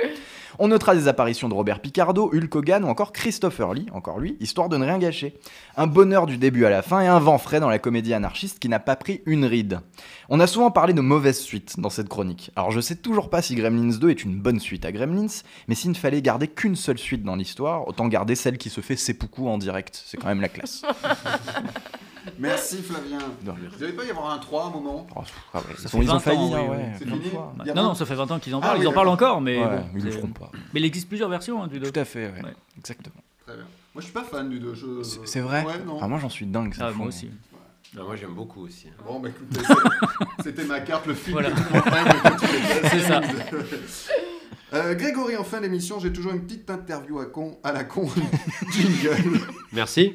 D: On notera des apparitions de Robert Picardo, Hulk Hogan ou encore Christopher Lee, encore lui, histoire de ne rien gâcher. Un bonheur du début à la fin et un vent frais dans la comédie anarchiste qui n'a pas pris une ride. On a souvent parlé de mauvaises suites dans cette chronique. Alors je sais toujours pas si Gremlins 2 est une bonne suite à Gremlins, mais s'il ne fallait garder qu'une seule suite dans l'histoire, autant garder celle qui se fait seppuku en direct. C'est quand même la classe.
B: Merci Flavien.
D: Non,
B: Il devait pas y avoir un 3 à un moment.
D: Oh, pff, ah ouais,
C: Ça
D: ils
C: fait
D: ont- ils ont
C: 20
D: failli,
C: ans,
D: hein,
C: oui,
D: ouais.
C: oui.
B: C'est fini Il y a
C: Non,
B: vingt-
C: non, ça fait 20 ans qu'ils en
B: Ah
C: parlent.
B: oui,
C: ils en parlent
B: d'accord.
C: encore, mais.
D: Ouais,
C: bon,
D: ils le
C: c'est-
D: feront pas.
C: Mais il existe plusieurs versions hein, du dos.
D: Tout à fait, ouais.
C: Ouais.
D: exactement.
B: Très bien. Moi, je suis pas fan du 2. Je...
D: C'est- C'est vrai
B: Euh, Ouais, non.
D: Ah, Moi j'en suis dingue, c'est
C: Ah,
D: fou.
C: moi aussi.
E: Ah, moi j'aime beaucoup aussi.
B: Bon, bah écoutez, c'est- c'était ma carte, le film
C: Voilà.
B: que tout le monde aime et que tu détestes.
C: C'est ça.
B: Euh, Grégory, en fin d'émission, j'ai toujours une petite interview à, con, à la con. Jingle.
E: Merci.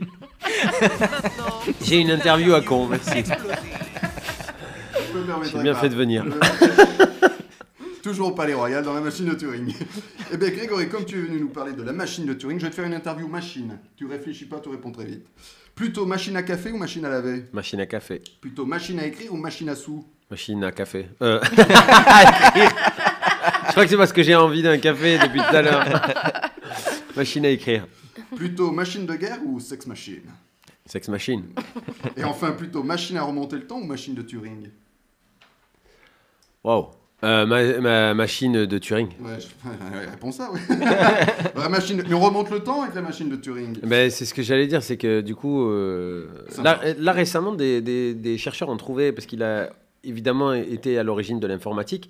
E: J'ai une interview à con, merci.
B: Je me permettrai
E: J'ai bien
B: pas.
E: fait de venir.
B: Euh, [laughs] Toujours au Palais Royal dans la machine de Turing. [laughs] Eh bien, Grégory, comme tu es venu nous parler de la machine de Turing, je vais te faire une interview machine. Tu réfléchis pas, tu réponds très vite. Plutôt machine à café ou machine à laver
E: Machine à café.
B: Plutôt machine à écrire ou machine à sous
E: Machine à café. Euh, [laughs] à écrire. Je crois que c'est parce que j'ai envie d'un café depuis tout à l'heure. Machine à écrire.
B: Plutôt machine de guerre ou sex machine
E: Sex machine.
B: Et enfin, plutôt machine à remonter le temps ou machine de Turing
E: Wow. Euh, ma, ma machine de Turing.
B: Ouais, je- [laughs] réponds ça, oui. La machine... Mais on remonte le temps avec la machine de Turing.
E: Ben, c'est ce que j'allais dire, c'est que du coup, euh,
B: Ça
E: là,
B: marche.
E: euh, là, récemment, des, des- des chercheurs ont trouvé, parce qu'il a évidemment été à l'origine de l'informatique,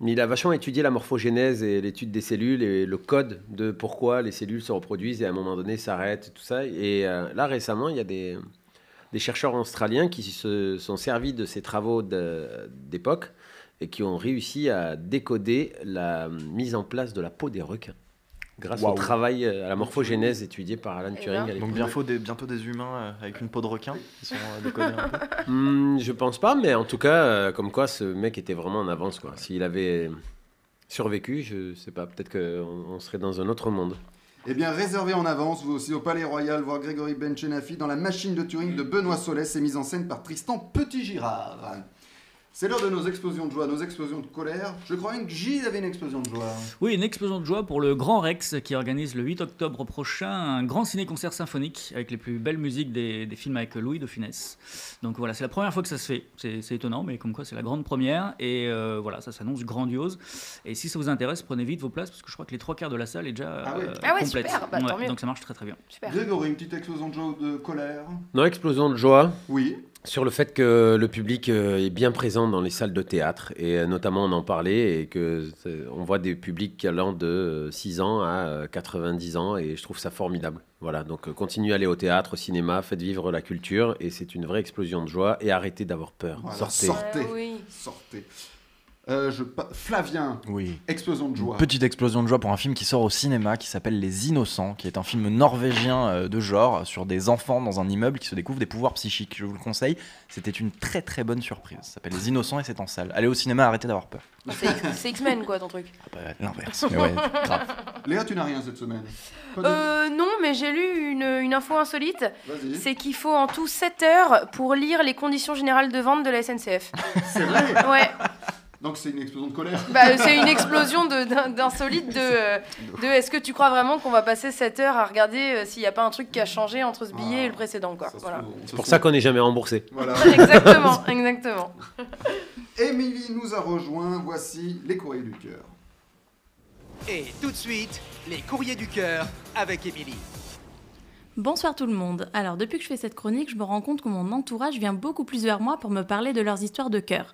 E: mais il a vachement étudié la morphogénèse et l'étude des cellules et le code de pourquoi les cellules se reproduisent et à un moment donné s'arrêtent, et tout ça. Et euh, là, récemment, il y a des, des chercheurs australiens qui se sont servis de ces travaux de- d'époque et qui ont réussi à décoder la mise en place de la peau des requins grâce au
D: Waouh.
E: travail, euh, à la morphogénèse étudiée par Alan
F: Eh
E: Turing à
F: ben.
E: l'époque.
D: Donc bientôt des, bientôt des humains euh, avec une peau de requin qui sont euh, déconnés un peu.
E: Hmm, je pense pas, mais en tout cas, euh, comme quoi ce mec était vraiment en avance. quoi. S'il avait survécu, je sais pas, peut-être qu'on on serait dans un autre monde.
B: Eh bien, réservez en avance, vous aussi, au Palais Royal, voir Grégory Benchenafi dans La machine de Turing de Benoît Solès et mise en scène par Tristan Petit-Girard. C'est l'heure de nos explosions de joie, nos explosions de colère. Je crois même que Gilles avait une explosion de joie.
C: Oui, une explosion de joie pour le Grand Rex qui organise le 8 octobre prochain un grand ciné-concert symphonique avec les plus belles musiques des, des films avec Louis de Funès. Donc voilà, c'est la première fois que ça se fait. C'est c'est étonnant, mais comme quoi c'est la grande première. Et euh, voilà, ça s'annonce grandiose. Et si ça vous intéresse, prenez vite vos places parce que je crois que les trois quarts de la salle est déjà
B: Ah ouais.
C: euh,
F: Ah ouais,
C: complète.
F: super, bah, tant mieux.
C: Donc ça marche très très bien.
B: Grégory, une petite explosion de joie ou de colère.
E: Non, explosion de joie.
B: Oui.
E: Sur le fait que le public euh, est bien présent dans les salles de théâtre, et euh, notamment on en parlait, et que c'est- on voit des publics allant de euh, 6 ans à euh, 90 ans, et je trouve ça formidable. Voilà, donc euh, continuez à aller au théâtre, au cinéma, faites vivre la culture, et c'est une vraie explosion de joie, et arrêtez d'avoir peur.
B: Voilà,
E: sortez.
B: Sortez.
F: Euh,
B: Sortez. Euh, je pa- Flavien.
D: Oui.
B: Explosion de joie.
D: Petite explosion de joie pour un film qui sort au cinéma qui s'appelle Les Innocents, qui est un film norvégien euh, de genre sur des enfants dans un immeuble qui se découvrent des pouvoirs psychiques. Je vous le conseille, c'était une très très bonne surprise. Ça s'appelle Les Innocents et c'est en salle. Allez au cinéma, arrêtez d'avoir peur.
F: C'est c'est X-Men, quoi, ton truc.
D: Bah, L'inverse, mais ouais, grave.
B: Léa, tu n'as rien cette semaine. Pas de-
F: Euh, non, mais j'ai lu une, une info insolite.
B: Vas-y.
F: C'est qu'il faut en tout 7 heures pour lire les conditions générales de vente de la SNCF.
B: C'est vrai
F: Ouais,
B: Donc c'est une explosion de colère.
F: bah, c'est une explosion de- d'in- d'insolite de, euh, de est-ce que tu crois vraiment qu'on va passer 7 heures à regarder euh, s'il n'y a pas un truc qui a changé entre ce billet et le précédent, quoi. Voilà.
E: C'est pour ça qu'on n'est jamais remboursé.
B: Voilà.
F: exactement, exactement.
B: Émilie nous a rejoint. Voici les courriers du cœur.
A: Et tout de suite, les courriers du cœur avec Émilie.
N: Bonsoir tout le monde. Alors depuis que je fais cette chronique, je me rends compte que mon entourage vient beaucoup plus vers moi pour me parler de leurs histoires de cœur.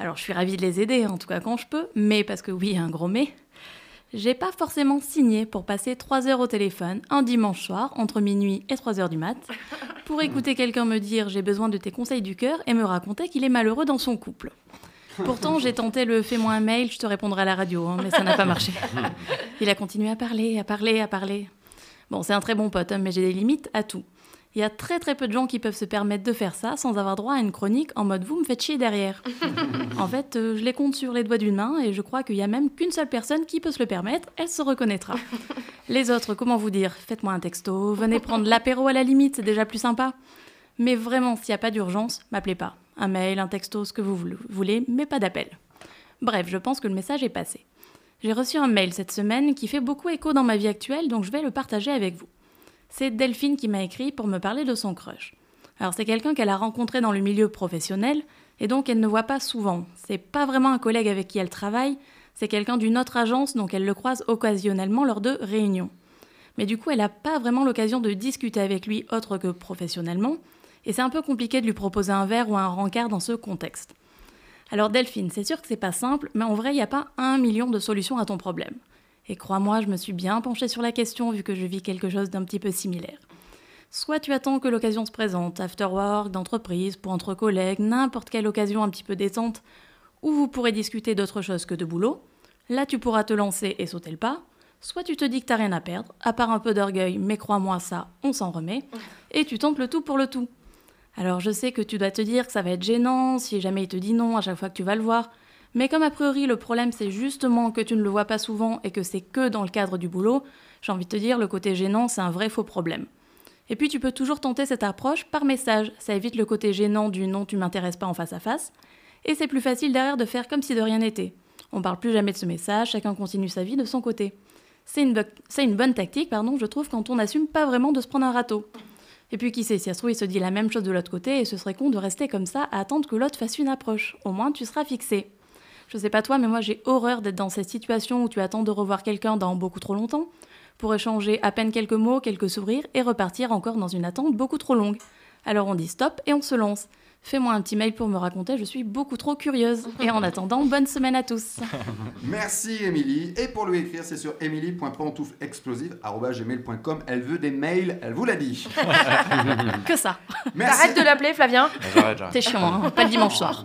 N: Alors je suis ravie de les aider, en tout cas quand je peux, mais parce que oui, un gros mais. J'ai pas forcément signé pour passer 3 heures au téléphone un dimanche soir entre minuit et 3 heures du mat pour écouter quelqu'un me dire j'ai besoin de tes conseils du cœur et me raconter qu'il est malheureux dans son couple. Pourtant, j'ai tenté le fais-moi un mail, je te répondrai à la radio, hein, mais ça n'a pas marché. Il a continué à parler, à parler, à parler. Bon, c'est un très bon pote, hein, mais j'ai des limites à tout. Il y a très très peu de gens qui peuvent se permettre de faire ça sans avoir droit à une chronique en mode vous me faites chier derrière. en fait, euh, je les compte sur les doigts d'une main et je crois qu'il y a même qu'une seule personne qui peut se le permettre, elle se reconnaîtra. les autres, comment vous dire Faites-moi un texto, venez prendre l'apéro à la limite, c'est déjà plus sympa. Mais vraiment, s'il n'y a pas d'urgence, m'appelez pas. Un mail, un texto, ce que vous voulez- voulez, mais pas d'appel. Bref, je pense que le message est passé. J'ai reçu un mail cette semaine qui fait beaucoup écho dans ma vie actuelle, donc je vais le partager avec vous. C'est Delphine qui m'a écrit pour me parler de son crush. Alors c'est quelqu'un qu'elle a rencontré dans le milieu professionnel et donc elle ne voit pas souvent. C'est pas vraiment un collègue avec qui elle travaille, c'est quelqu'un d'une autre agence donc elle le croise occasionnellement lors de réunions. Mais du coup, elle n'a pas vraiment l'occasion de discuter avec lui autre que professionnellement et c'est un peu compliqué de lui proposer un verre ou un rencard dans ce contexte. Alors Delphine, c'est sûr que c'est pas simple, mais en vrai, il n'y a pas un million de solutions à ton problème. Et crois-moi, je me suis bien penchée sur la question vu que je vis quelque chose d'un petit peu similaire. Soit tu attends que l'occasion se présente, after work, d'entreprise, pour entre collègues, n'importe quelle occasion un petit peu détente, où vous pourrez discuter d'autre chose que de boulot. Là, tu pourras te lancer et sauter le pas. Soit tu te dis que t'as rien à perdre, à part un peu d'orgueil, mais crois-moi ça, on s'en remet. Et tu tentes le tout pour le tout. Alors je sais que tu dois te dire que ça va être gênant si jamais il te dit non à chaque fois que tu vas le voir, mais comme a priori le problème c'est justement que tu ne le vois pas souvent et que c'est que dans le cadre du boulot, j'ai envie de te dire le côté gênant c'est un vrai faux problème. Et puis tu peux toujours tenter cette approche par message, ça évite le côté gênant du non tu m'intéresses pas en face à face, et c'est plus facile derrière de faire comme si de rien n'était. On parle plus jamais de ce message, chacun continue sa vie de son côté. C'est une, bo- c'est une bonne tactique, pardon, je trouve, quand on n'assume pas vraiment de se prendre un râteau. Et puis qui sait, si ça se trouve, il se dit la même chose de l'autre côté et ce serait con de rester comme ça à attendre que l'autre fasse une approche. Au moins, tu seras fixé. Je sais pas toi, mais moi j'ai horreur d'être dans cette situation où tu attends de revoir quelqu'un dans beaucoup trop longtemps pour échanger à peine quelques mots, quelques sourires et repartir encore dans une attente beaucoup trop longue. Alors on dit stop et on se lance. Fais-moi un petit mail pour me raconter, je suis beaucoup trop curieuse. Et en attendant, bonne semaine à tous.
B: Merci Émilie. Et pour lui écrire, c'est sur emily.pantoufleexplosive.com. Elle veut des mails, elle vous l'a dit.
N: que ça.
B: Merci.
F: Arrête de l'appeler, Flavien.
B: J'arrête, j'arrête.
N: T'es chiant, hein, pas le dimanche soir.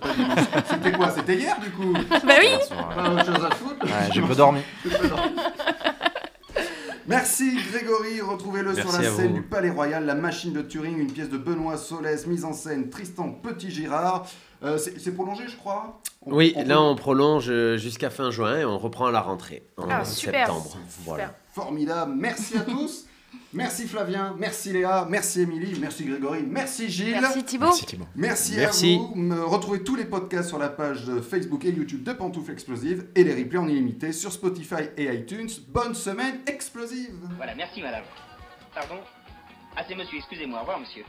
B: C'était quoi C'était hier du coup
N: Bah oui.
B: Pas autre chose à foutre
D: Ouais, J'ai peu dormi.
B: Merci Grégory, retrouvez-le sur
D: Merci
B: la
D: à
B: scène
D: vous.
B: du Palais Royal, La Machine de Turing, une pièce de Benoît Solès, mise en scène Tristan Petit-Girard. Euh, c'est c'est prolongé je crois On-
E: Oui,
B: on peut-
E: là on prolonge euh, jusqu'à fin juin et on reprend à la rentrée en
B: Ah, super.
E: septembre. Voilà.
B: Formidable, merci à tous. Merci Flavien, merci Léa, merci Émilie, merci Grégory, merci Gilles.
D: Merci Thibaut. Merci Thibaut.
B: Merci,
O: Merci.
B: à vous. Me- Retrouvez tous les podcasts sur la page de Facebook et YouTube de Pantoufles Explosives et les replays en illimité sur Spotify et iTunes. Bonne semaine explosive
A: Voilà, merci madame. Pardon Ah, c'est monsieur, excusez-moi, au revoir monsieur.